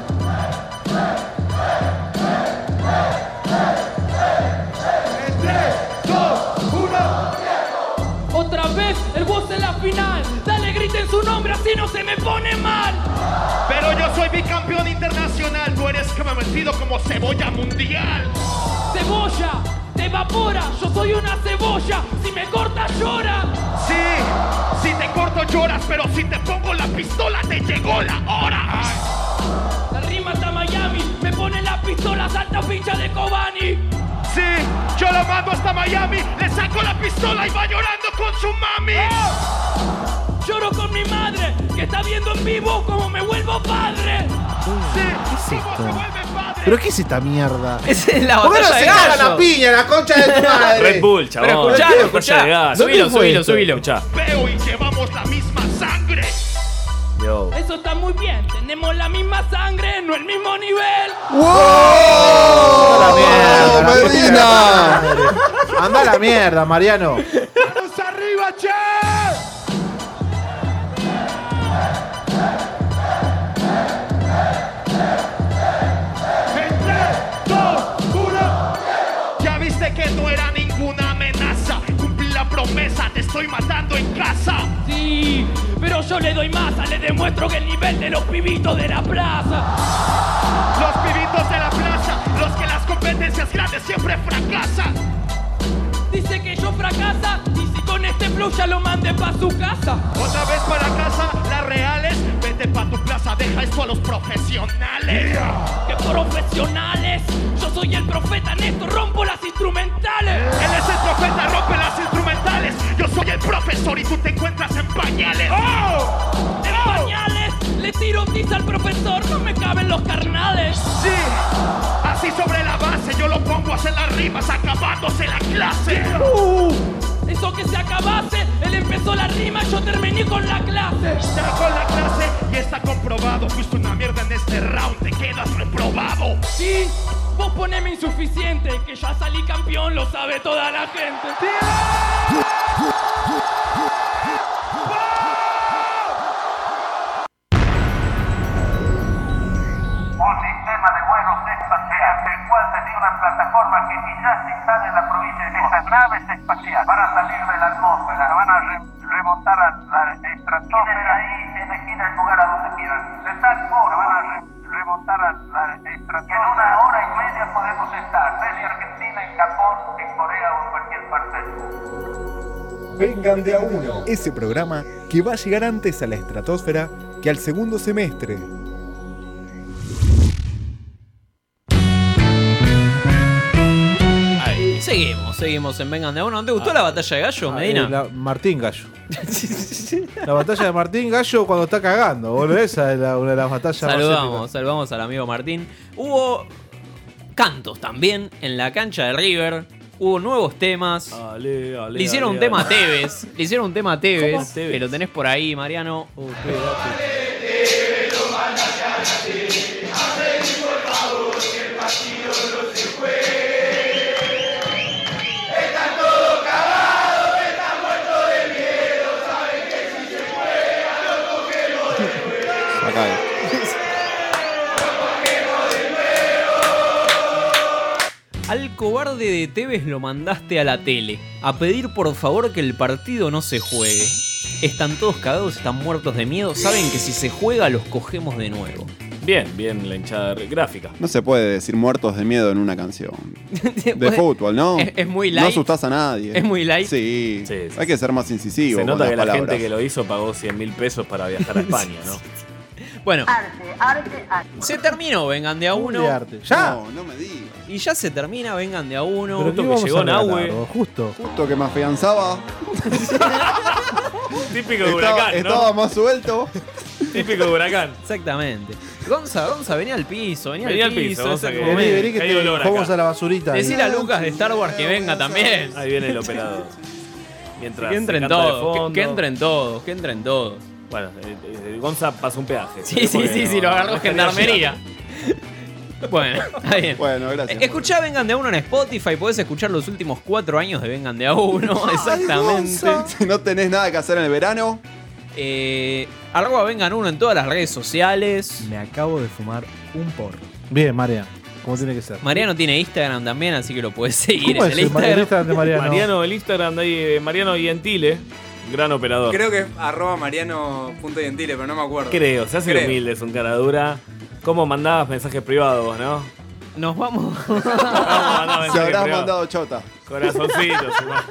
[SPEAKER 5] En 3, 2, 1.
[SPEAKER 18] Otra vez el bus en la final. Dale, griten su nombre, así no se me pone mal.
[SPEAKER 5] Pero yo soy bicampeón internacional. No eres convencido como cebolla mundial.
[SPEAKER 18] Cebolla, te evapora. Yo soy una cebolla. Si me cortas, llora.
[SPEAKER 5] Sí, si te corto lloras, pero si te pongo la pistola te llegó la hora.
[SPEAKER 18] La rima está Miami. Me pone la pistola, salta ficha de Kobani.
[SPEAKER 5] Sí, yo lo mando hasta Miami, le saco la pistola y va llorando con su mami.
[SPEAKER 18] ¡Eh! Lloro con mi madre, que está viendo en vivo cómo me vuelvo padre.
[SPEAKER 7] ¿Qué es esto? ¿Pero qué es esta mierda?
[SPEAKER 6] Esa es la
[SPEAKER 7] ¿Por qué no
[SPEAKER 6] batalla
[SPEAKER 7] se
[SPEAKER 6] de
[SPEAKER 7] caga
[SPEAKER 6] gallos.
[SPEAKER 7] la piña, la concha de tu madre?
[SPEAKER 8] Red Bull, chabón.
[SPEAKER 6] Pero escuchá,
[SPEAKER 8] Red Bull,
[SPEAKER 6] escuchá.
[SPEAKER 8] concha de gas.
[SPEAKER 6] Subilo,
[SPEAKER 8] ¿Dónde fue
[SPEAKER 6] subilo,
[SPEAKER 8] esto?
[SPEAKER 6] subilo.
[SPEAKER 8] Escuchá.
[SPEAKER 5] Veo y llevamos la misma sangre.
[SPEAKER 8] Yo.
[SPEAKER 18] Eso está muy bien, tenemos la misma sangre, no el mismo nivel.
[SPEAKER 7] ¡Wow!
[SPEAKER 9] ¡Oh, Medina!
[SPEAKER 7] Anda a la mierda, Mariano.
[SPEAKER 5] ¡Manos arriba, che! En 3, 2, 1. Ya viste que no era ninguna amenaza. Cumplí la promesa, te estoy matando en casa.
[SPEAKER 18] Sí, pero yo le doy masa, le demuestro que el nivel de los pibitos de la plaza.
[SPEAKER 5] Los pibitos de la plaza, los que en las competencias grandes siempre fracasan.
[SPEAKER 18] Dice que yo fracasa y si con este flow ya lo mande pa' su casa.
[SPEAKER 5] Otra vez para casa, las reales, vete pa' tu plaza,
[SPEAKER 18] nunca deja eso a los profesionales. ¡Qué profesionales! Yo soy el profeta en esto, rompo las instrumentales. Él es el profeta, rompe las instrumentales. Yo soy el profesor y tú te encuentras en pañales. ¡En pañales! Le tiro tiza al profesor, no me caben los carnales. Sí, así sobre la base yo lo pongo a hacer las rimas, acabándose la clase. Eso que se acabase, él empezó la rima, yo terminé con la clase. Ya con la clase y está comprobado. Fuiste una mierda en este round, te quedas reprobado. Sí, vos poneme insuficiente, que ya salí campeón, lo sabe toda la gente.
[SPEAKER 16] Un sistema de vuelos espacial, el cual tenía una plataforma que quizás está en la provincia de Estas naves espaciales para salir de la atmósfera van a re- remontar a la estratosfera ahí elegir el lugar a donde quieran. De tal forma van a re- remontar a la estratosfera. En una hora y media podemos estar desde Argentina, en Japón, en Corea o en cualquier parte.
[SPEAKER 19] Vengan de a uno. Ese programa que va a llegar antes a la estratosfera que al segundo semestre.
[SPEAKER 6] Ahí. Seguimos, seguimos en Vengan de a Uno. ¿No te
[SPEAKER 8] Ah.
[SPEAKER 6] gustó la batalla de gallo, Medina?
[SPEAKER 7] Eh, la- Martín Gallo. La batalla de Martín Gallo cuando está cagando, boludo. Esa es la- una de las batallas más
[SPEAKER 6] Saludamos, saludamos al amigo Martín. Hubo cantos también en la cancha de River. Hubo nuevos temas. le hicieron
[SPEAKER 8] ale,
[SPEAKER 6] un tema a
[SPEAKER 8] ale.
[SPEAKER 6] Tevez. Le hicieron un tema a Tevez.
[SPEAKER 8] ¿Cómo?
[SPEAKER 6] Que lo tenés por ahí, Mariano. Al cobarde de Tevez lo mandaste a la tele a pedir por favor que el partido no se juegue. Están todos cagados, están muertos de miedo, saben que si se juega los cogemos de nuevo.
[SPEAKER 8] Bien, bien la hinchada de- gráfica.
[SPEAKER 9] No se puede decir muertos de miedo en una canción. De fútbol, ¿no?
[SPEAKER 8] es- es muy
[SPEAKER 9] No
[SPEAKER 8] light.
[SPEAKER 9] asustás a nadie.
[SPEAKER 8] Es muy light.
[SPEAKER 9] Sí.
[SPEAKER 8] Sí, sí,
[SPEAKER 9] Hay que ser más incisivo.
[SPEAKER 8] Se
[SPEAKER 9] con
[SPEAKER 8] nota
[SPEAKER 9] las
[SPEAKER 8] que la
[SPEAKER 9] palabras.
[SPEAKER 8] gente que lo hizo pagó 100 mil pesos para viajar a España, ¿no?
[SPEAKER 6] Bueno. Se terminó, vengan de a uno.
[SPEAKER 9] ¿Ya? No, no me digas.
[SPEAKER 6] Y ya se termina, vengan de a uno.
[SPEAKER 9] Pero ¿qué
[SPEAKER 6] que
[SPEAKER 9] vamos a
[SPEAKER 6] llegó
[SPEAKER 9] regalar,
[SPEAKER 6] Nahue.
[SPEAKER 9] vos? Justo que me afianzaba.
[SPEAKER 8] Típico de
[SPEAKER 9] estaba,
[SPEAKER 8] huracán, ¿no?
[SPEAKER 9] estaba más suelto.
[SPEAKER 8] Típico de huracán.
[SPEAKER 6] Exactamente. Gonza, Gonza, venía al piso, venía,
[SPEAKER 8] Venía
[SPEAKER 6] al
[SPEAKER 8] al
[SPEAKER 6] piso.
[SPEAKER 8] piso,
[SPEAKER 6] es
[SPEAKER 8] Gonza,
[SPEAKER 6] el
[SPEAKER 8] que-
[SPEAKER 6] momento.
[SPEAKER 8] Vení, vení que Hay te- olor acá.
[SPEAKER 7] vamos a la basurita. ¿eh?
[SPEAKER 6] Decir a Lucas de Star Wars que venga también.
[SPEAKER 8] Ahí viene el operador. Mientras
[SPEAKER 6] Que entren
[SPEAKER 8] se canta de
[SPEAKER 6] todos, que- que
[SPEAKER 8] fondo.
[SPEAKER 6] entren todos, que entren todos.
[SPEAKER 8] Bueno, eh, eh, Gonza pasó un peaje.
[SPEAKER 6] Sí, sí, sí, sí, lo agarró gendarmería. Bueno, está bien.
[SPEAKER 9] Bueno,
[SPEAKER 6] Eh, Escuchá Vengan de a uno en Spotify, podés escuchar los últimos cuatro años de Vengan de a uno, exactamente.
[SPEAKER 9] Si no tenés nada que hacer en el verano.
[SPEAKER 6] Eh, arroba Vengan uno en todas las redes sociales.
[SPEAKER 13] Me acabo de fumar un porro.
[SPEAKER 7] Bien, María. Como tiene que ser.
[SPEAKER 6] Mariano tiene Instagram también, así que lo podés seguir
[SPEAKER 7] ¿Cómo
[SPEAKER 6] en
[SPEAKER 7] es
[SPEAKER 6] el
[SPEAKER 7] el
[SPEAKER 6] Instagram.
[SPEAKER 7] Instagram de Mariano?
[SPEAKER 8] Mariano, el Instagram de ahí, eh, Mariano Yentile, gran operador.
[SPEAKER 12] Creo que es arroba mariano.yentile, pero no me acuerdo.
[SPEAKER 8] Creo, se hace el
[SPEAKER 12] Creo.
[SPEAKER 8] humilde, es un cara dura. ¿Cómo mandabas mensajes privados, vos, no?
[SPEAKER 6] Nos vamos.
[SPEAKER 9] Se habrás mandado chota.
[SPEAKER 8] Corazoncitos, igual.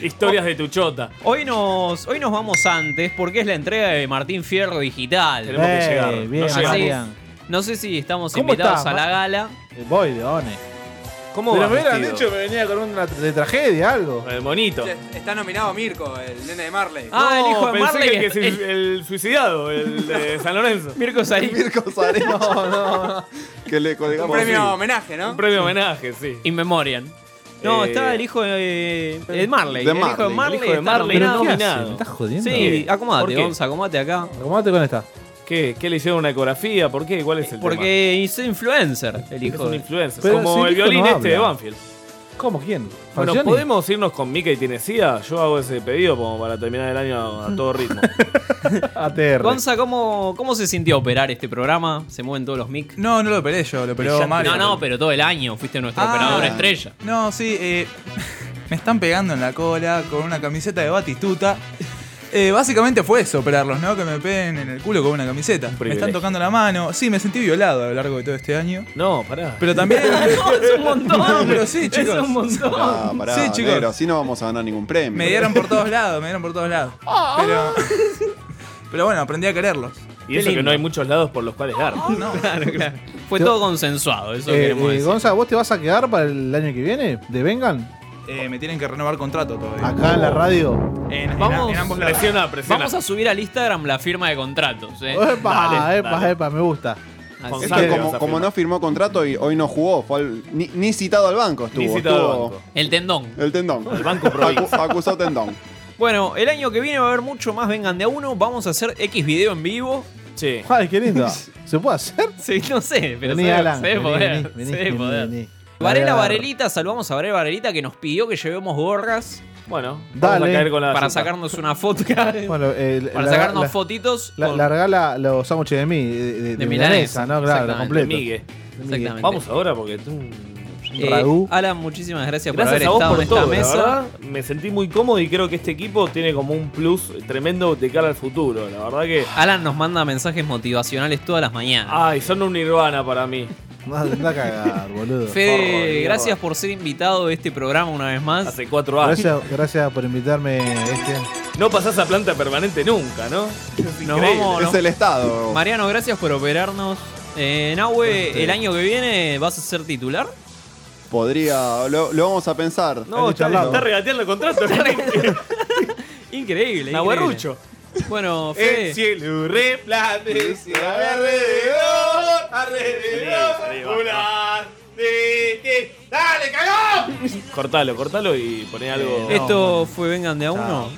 [SPEAKER 8] Historias de tu chota.
[SPEAKER 6] Hoy nos, hoy nos vamos antes porque es la entrega de Martín Fierro Digital.
[SPEAKER 8] Tenemos que Eh, llegar.
[SPEAKER 7] bien,
[SPEAKER 6] Así-
[SPEAKER 7] Marian.
[SPEAKER 6] no sé si estamos
[SPEAKER 7] ¿Cómo
[SPEAKER 6] invitados
[SPEAKER 7] está,
[SPEAKER 6] a la
[SPEAKER 7] Ma-
[SPEAKER 6] gala.
[SPEAKER 7] Voy, Leone. Pero me hubieran dicho que venía con una tra- de tragedia, algo.
[SPEAKER 8] El monito.
[SPEAKER 12] Está nominado Mirko, el nene de Marley.
[SPEAKER 6] Ah, el hijo de
[SPEAKER 8] pensé
[SPEAKER 6] Marley
[SPEAKER 8] que
[SPEAKER 6] es-
[SPEAKER 8] el, que el suicidado, el de San Lorenzo.
[SPEAKER 6] Mirko Sarín.
[SPEAKER 9] Mirko Sarín.
[SPEAKER 7] No, no, no.
[SPEAKER 9] Que le colgamos.
[SPEAKER 12] Un premio
[SPEAKER 9] así.
[SPEAKER 12] homenaje, ¿no?
[SPEAKER 8] Un premio homenaje, sí.
[SPEAKER 6] In Memoriam. No,
[SPEAKER 8] Eh,
[SPEAKER 6] estaba el hijo de, de Marley.
[SPEAKER 8] de
[SPEAKER 6] el hijo de
[SPEAKER 8] Marley.
[SPEAKER 6] Marley.
[SPEAKER 8] El hijo de
[SPEAKER 6] está
[SPEAKER 8] Marley
[SPEAKER 6] nominado.
[SPEAKER 8] ¿Pero qué hace? ¿Me
[SPEAKER 7] estás jodiendo?
[SPEAKER 6] Sí,
[SPEAKER 8] ¿Por
[SPEAKER 6] acomodate,
[SPEAKER 8] qué?
[SPEAKER 6] Gonza, acomodate acá.
[SPEAKER 7] Acomodate con esta.
[SPEAKER 8] ¿Qué? ¿Qué le hicieron una ecografía? ¿Por qué? ¿Cuál es el tema?
[SPEAKER 6] Porque hizo influencer el hijo.
[SPEAKER 8] Es un
[SPEAKER 6] de-
[SPEAKER 8] influencer.
[SPEAKER 6] Pero
[SPEAKER 8] como
[SPEAKER 6] si
[SPEAKER 8] el
[SPEAKER 6] el hijo
[SPEAKER 8] violín
[SPEAKER 6] no
[SPEAKER 8] este de
[SPEAKER 6] habla.
[SPEAKER 8] Banfield.
[SPEAKER 7] ¿Cómo? ¿Quién?
[SPEAKER 8] Bueno,
[SPEAKER 7] ¿Fagioni?
[SPEAKER 8] ¿podemos irnos con Mika y tiene SIDA? Yo hago ese pedido como para terminar el año a, a todo ritmo.
[SPEAKER 7] ATR.
[SPEAKER 6] Gonza, ¿cómo, ¿cómo se sintió operar este programa? ¿Se mueven todos los mic?
[SPEAKER 12] No, no lo operé yo, lo operó Mario.
[SPEAKER 6] No, no, pero todo el año fuiste nuestro
[SPEAKER 12] Ah.
[SPEAKER 6] operador estrella.
[SPEAKER 12] No, sí, eh, me están pegando en la cola con una camiseta de Batistuta. Eh, básicamente fue eso, operarlos, ¿no? Que me peguen en el culo con una camiseta. Me
[SPEAKER 8] privilegio.
[SPEAKER 12] están tocando la mano. Sí, me sentí violado a lo largo de todo este año.
[SPEAKER 8] No, pará.
[SPEAKER 12] Pero también.
[SPEAKER 6] no, es un montón.
[SPEAKER 12] No, pero sí, chicos.
[SPEAKER 6] Es un montón.
[SPEAKER 9] Ah, pará,
[SPEAKER 12] sí, chicos.
[SPEAKER 9] negro, así no vamos a ganar ningún premio.
[SPEAKER 12] Me dieron por todos lados, me dieron por todos lados. Pero, pero bueno, aprendí a quererlos.
[SPEAKER 8] Y
[SPEAKER 6] Qué
[SPEAKER 8] eso que
[SPEAKER 6] lindo.
[SPEAKER 8] no hay muchos lados por los cuales dar.
[SPEAKER 6] Claro, claro. Fue todo consensuado, eso
[SPEAKER 7] Eh,
[SPEAKER 6] queremos
[SPEAKER 7] eh,
[SPEAKER 6] decir.
[SPEAKER 7] Gonza, ¿vos te vas a quedar para el año que viene? ¿De Vengan?
[SPEAKER 12] Eh, me tienen que renovar contrato todavía.
[SPEAKER 7] ¿Acá en
[SPEAKER 8] Oh.
[SPEAKER 7] la radio?
[SPEAKER 12] En,
[SPEAKER 6] Vamos,
[SPEAKER 12] en ambos lados.
[SPEAKER 8] presiona, presiona.
[SPEAKER 6] Vamos a subir al Instagram la firma de contratos. eh.
[SPEAKER 7] Epa,
[SPEAKER 6] Dale,
[SPEAKER 7] epa,
[SPEAKER 6] dale.
[SPEAKER 7] epa, me gusta.
[SPEAKER 6] Así
[SPEAKER 9] Es
[SPEAKER 6] que-
[SPEAKER 9] que como, como no firmó contrato y hoy no jugó, fue al- ni, ni citado al banco estuvo.
[SPEAKER 6] citado al
[SPEAKER 9] estuvo-
[SPEAKER 6] banco. El tendón.
[SPEAKER 9] El tendón. El
[SPEAKER 8] banco
[SPEAKER 9] acusó tendón.
[SPEAKER 6] Bueno, el año que viene va a haber mucho más Vengan de a uno. Vamos a hacer X video en vivo. Sí.
[SPEAKER 7] Ay, qué lindo. ¿Se puede hacer?
[SPEAKER 6] Sí, no sé, pero
[SPEAKER 7] Vení,
[SPEAKER 6] se,
[SPEAKER 7] Alan,
[SPEAKER 6] se debe
[SPEAKER 7] vení,
[SPEAKER 6] poder.
[SPEAKER 7] vení,
[SPEAKER 6] se
[SPEAKER 7] vení,
[SPEAKER 6] debe
[SPEAKER 7] vení,
[SPEAKER 6] poder.
[SPEAKER 7] vení.
[SPEAKER 6] Varela
[SPEAKER 7] Dale, dale.
[SPEAKER 6] Varelita, saludamos a Varela Varelita que nos pidió que llevemos gorras.
[SPEAKER 8] Bueno,
[SPEAKER 7] Dale. vamos a caer con la
[SPEAKER 6] para
[SPEAKER 7] yuta.
[SPEAKER 6] sacarnos una foto. cara.
[SPEAKER 7] Bueno, eh,
[SPEAKER 6] para
[SPEAKER 7] la-
[SPEAKER 6] sacarnos
[SPEAKER 7] la-
[SPEAKER 6] fotitos.
[SPEAKER 7] La,
[SPEAKER 6] con-
[SPEAKER 7] la regala los sándwiches de mí, de, de- de milanesa, ¿no? Claro, lo
[SPEAKER 6] Exactamente.
[SPEAKER 7] completo.
[SPEAKER 6] Exactamente.
[SPEAKER 8] Vamos ahora porque tú.
[SPEAKER 6] Eh, Alan, muchísimas gracias, por haber
[SPEAKER 8] a vos
[SPEAKER 6] estado
[SPEAKER 8] por
[SPEAKER 6] en esta
[SPEAKER 8] todo, la
[SPEAKER 6] mesa.
[SPEAKER 8] verdad, me sentí muy cómodo y creo que este equipo tiene como un plus tremendo de cara al futuro. La verdad que.
[SPEAKER 6] Alan nos manda mensajes motivacionales todas las mañanas.
[SPEAKER 8] Ay, son un nirvana para mí.
[SPEAKER 7] Anda a cagar, boludo.
[SPEAKER 6] Fede, gracias por ser invitado de este programa una vez más.
[SPEAKER 8] Hace cuatro años.
[SPEAKER 7] Gracias, gracias por invitarme. Este.
[SPEAKER 8] No pasás a planta permanente nunca, ¿no?
[SPEAKER 6] Nos vamos, ¿no? Mariano, gracias por operarnos. Eh, Nahue,
[SPEAKER 9] Este.
[SPEAKER 6] el año que viene vas a ser titular.
[SPEAKER 9] Podría. Lo, lo vamos a pensar.
[SPEAKER 6] No, está-
[SPEAKER 8] Está regateando el contrato.
[SPEAKER 6] Increíble.
[SPEAKER 8] Nahue
[SPEAKER 6] increíble.
[SPEAKER 8] Rucho.
[SPEAKER 6] Bueno, Fede.
[SPEAKER 8] El cielo resplandece
[SPEAKER 5] alrededor,
[SPEAKER 8] alrededor, una
[SPEAKER 5] ¡Dale, cagón!
[SPEAKER 8] Cortalo, cortalo y poné algo.
[SPEAKER 6] Eh,
[SPEAKER 8] Ah,
[SPEAKER 6] Esto fue Vengan de a uno.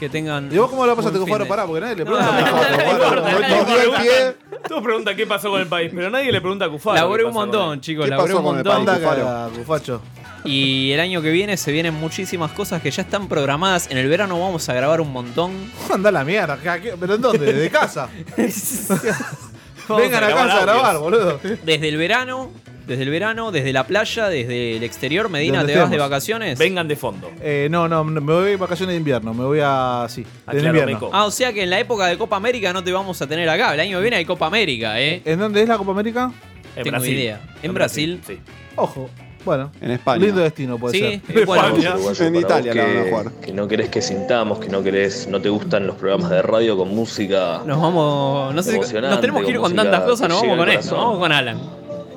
[SPEAKER 6] Que tengan. ¿Y
[SPEAKER 7] vos cómo lo pasaste con
[SPEAKER 6] un fin
[SPEAKER 7] Faro?
[SPEAKER 6] de-
[SPEAKER 7] Pará, porque nadie le
[SPEAKER 6] No,
[SPEAKER 7] pregunta.
[SPEAKER 6] no, no, no, no, no, no, no, no, no,
[SPEAKER 8] Todos preguntan qué pasó con el país, pero nadie le pregunta a Cufaro.
[SPEAKER 6] Laburé
[SPEAKER 8] qué
[SPEAKER 6] un
[SPEAKER 8] pasó con
[SPEAKER 6] montón,
[SPEAKER 8] él.
[SPEAKER 6] chicos, laburé un montón.
[SPEAKER 7] Anda a cagar, Cufacho.
[SPEAKER 6] Y el año que viene se vienen muchísimas cosas que ya están programadas. En el verano vamos a grabar un montón.
[SPEAKER 7] Anda a la mierda. acá, ¿qué? ¿Pero en dónde? ¿De casa?
[SPEAKER 6] Vamos
[SPEAKER 7] Vengan a casa a grabar,
[SPEAKER 6] audios.
[SPEAKER 7] boludo.
[SPEAKER 6] Desde el verano, desde el verano, desde la playa, desde el exterior. Medina,
[SPEAKER 7] Donde
[SPEAKER 6] ¿te vas de
[SPEAKER 7] estemos.
[SPEAKER 6] vacaciones?
[SPEAKER 8] Vengan de fondo.
[SPEAKER 7] Eh, no, no, no, me voy de vacaciones de invierno. Me voy a. Sí, de invierno.
[SPEAKER 6] Ah, o sea que en la época de Copa América no te vamos a tener acá. El año que viene hay Copa América, ¿eh?
[SPEAKER 7] ¿En dónde es la Copa América?
[SPEAKER 6] Tengo idea. En, Brasil.
[SPEAKER 7] Ojo. Bueno.
[SPEAKER 9] En España.
[SPEAKER 7] Lindo destino puede
[SPEAKER 6] Sí,
[SPEAKER 7] ser.
[SPEAKER 6] es bueno. España.
[SPEAKER 9] En
[SPEAKER 8] para
[SPEAKER 9] Italia
[SPEAKER 8] vos
[SPEAKER 9] la
[SPEAKER 8] que-
[SPEAKER 9] van a jugar.
[SPEAKER 8] Que no querés que sintamos, que no querés, no te gustan los programas de radio con música.
[SPEAKER 6] Nos vamos. No sé, nos
[SPEAKER 8] Emocionante,
[SPEAKER 6] tenemos que ir con
[SPEAKER 8] música
[SPEAKER 6] tantas
[SPEAKER 8] que
[SPEAKER 6] cosas, nos
[SPEAKER 8] llega
[SPEAKER 6] vamos
[SPEAKER 8] al
[SPEAKER 6] con esto.
[SPEAKER 8] corazón.
[SPEAKER 6] Vamos con Alan.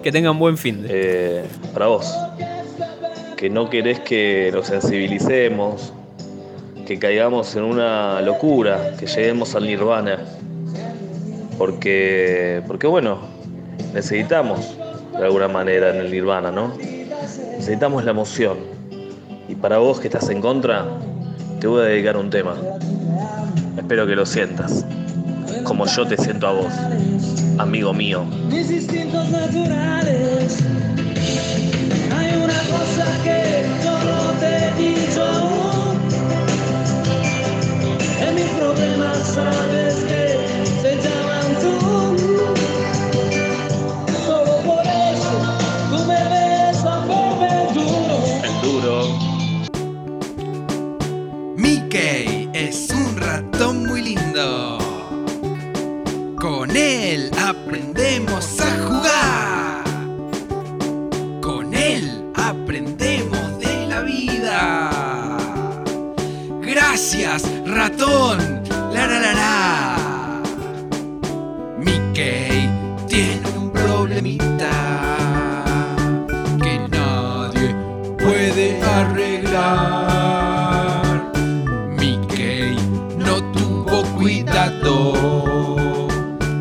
[SPEAKER 6] Que tengan buen fin de.
[SPEAKER 8] Eh, para vos. Que no querés que nos sensibilicemos, que caigamos en una locura, que lleguemos al nirvana. Porque, porque bueno, necesitamos de alguna manera en el nirvana, ¿no? Necesitamos la emoción. Y para vos que estás en contra, te voy a dedicar un tema. Espero que lo sientas, como yo te siento a vos, amigo mío.
[SPEAKER 5] Mis instintos naturales. Hay una cosa que yo no te he dicho aún. En mis problemas sabes que se llaman tú. Solo por eso tú me ves a verme duro.
[SPEAKER 8] Duro.
[SPEAKER 18] Mickey es un ratón muy lindo. Con él aprendemos a jugar. Con él aprendemos de la vida. Gracias, ratón. La la la la. Mickey tiene un problemita que nadie puede arreglar. Mickey no tuvo cuidado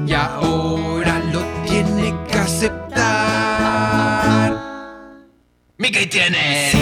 [SPEAKER 18] y ahora lo tiene que aceptar. Mickey tiene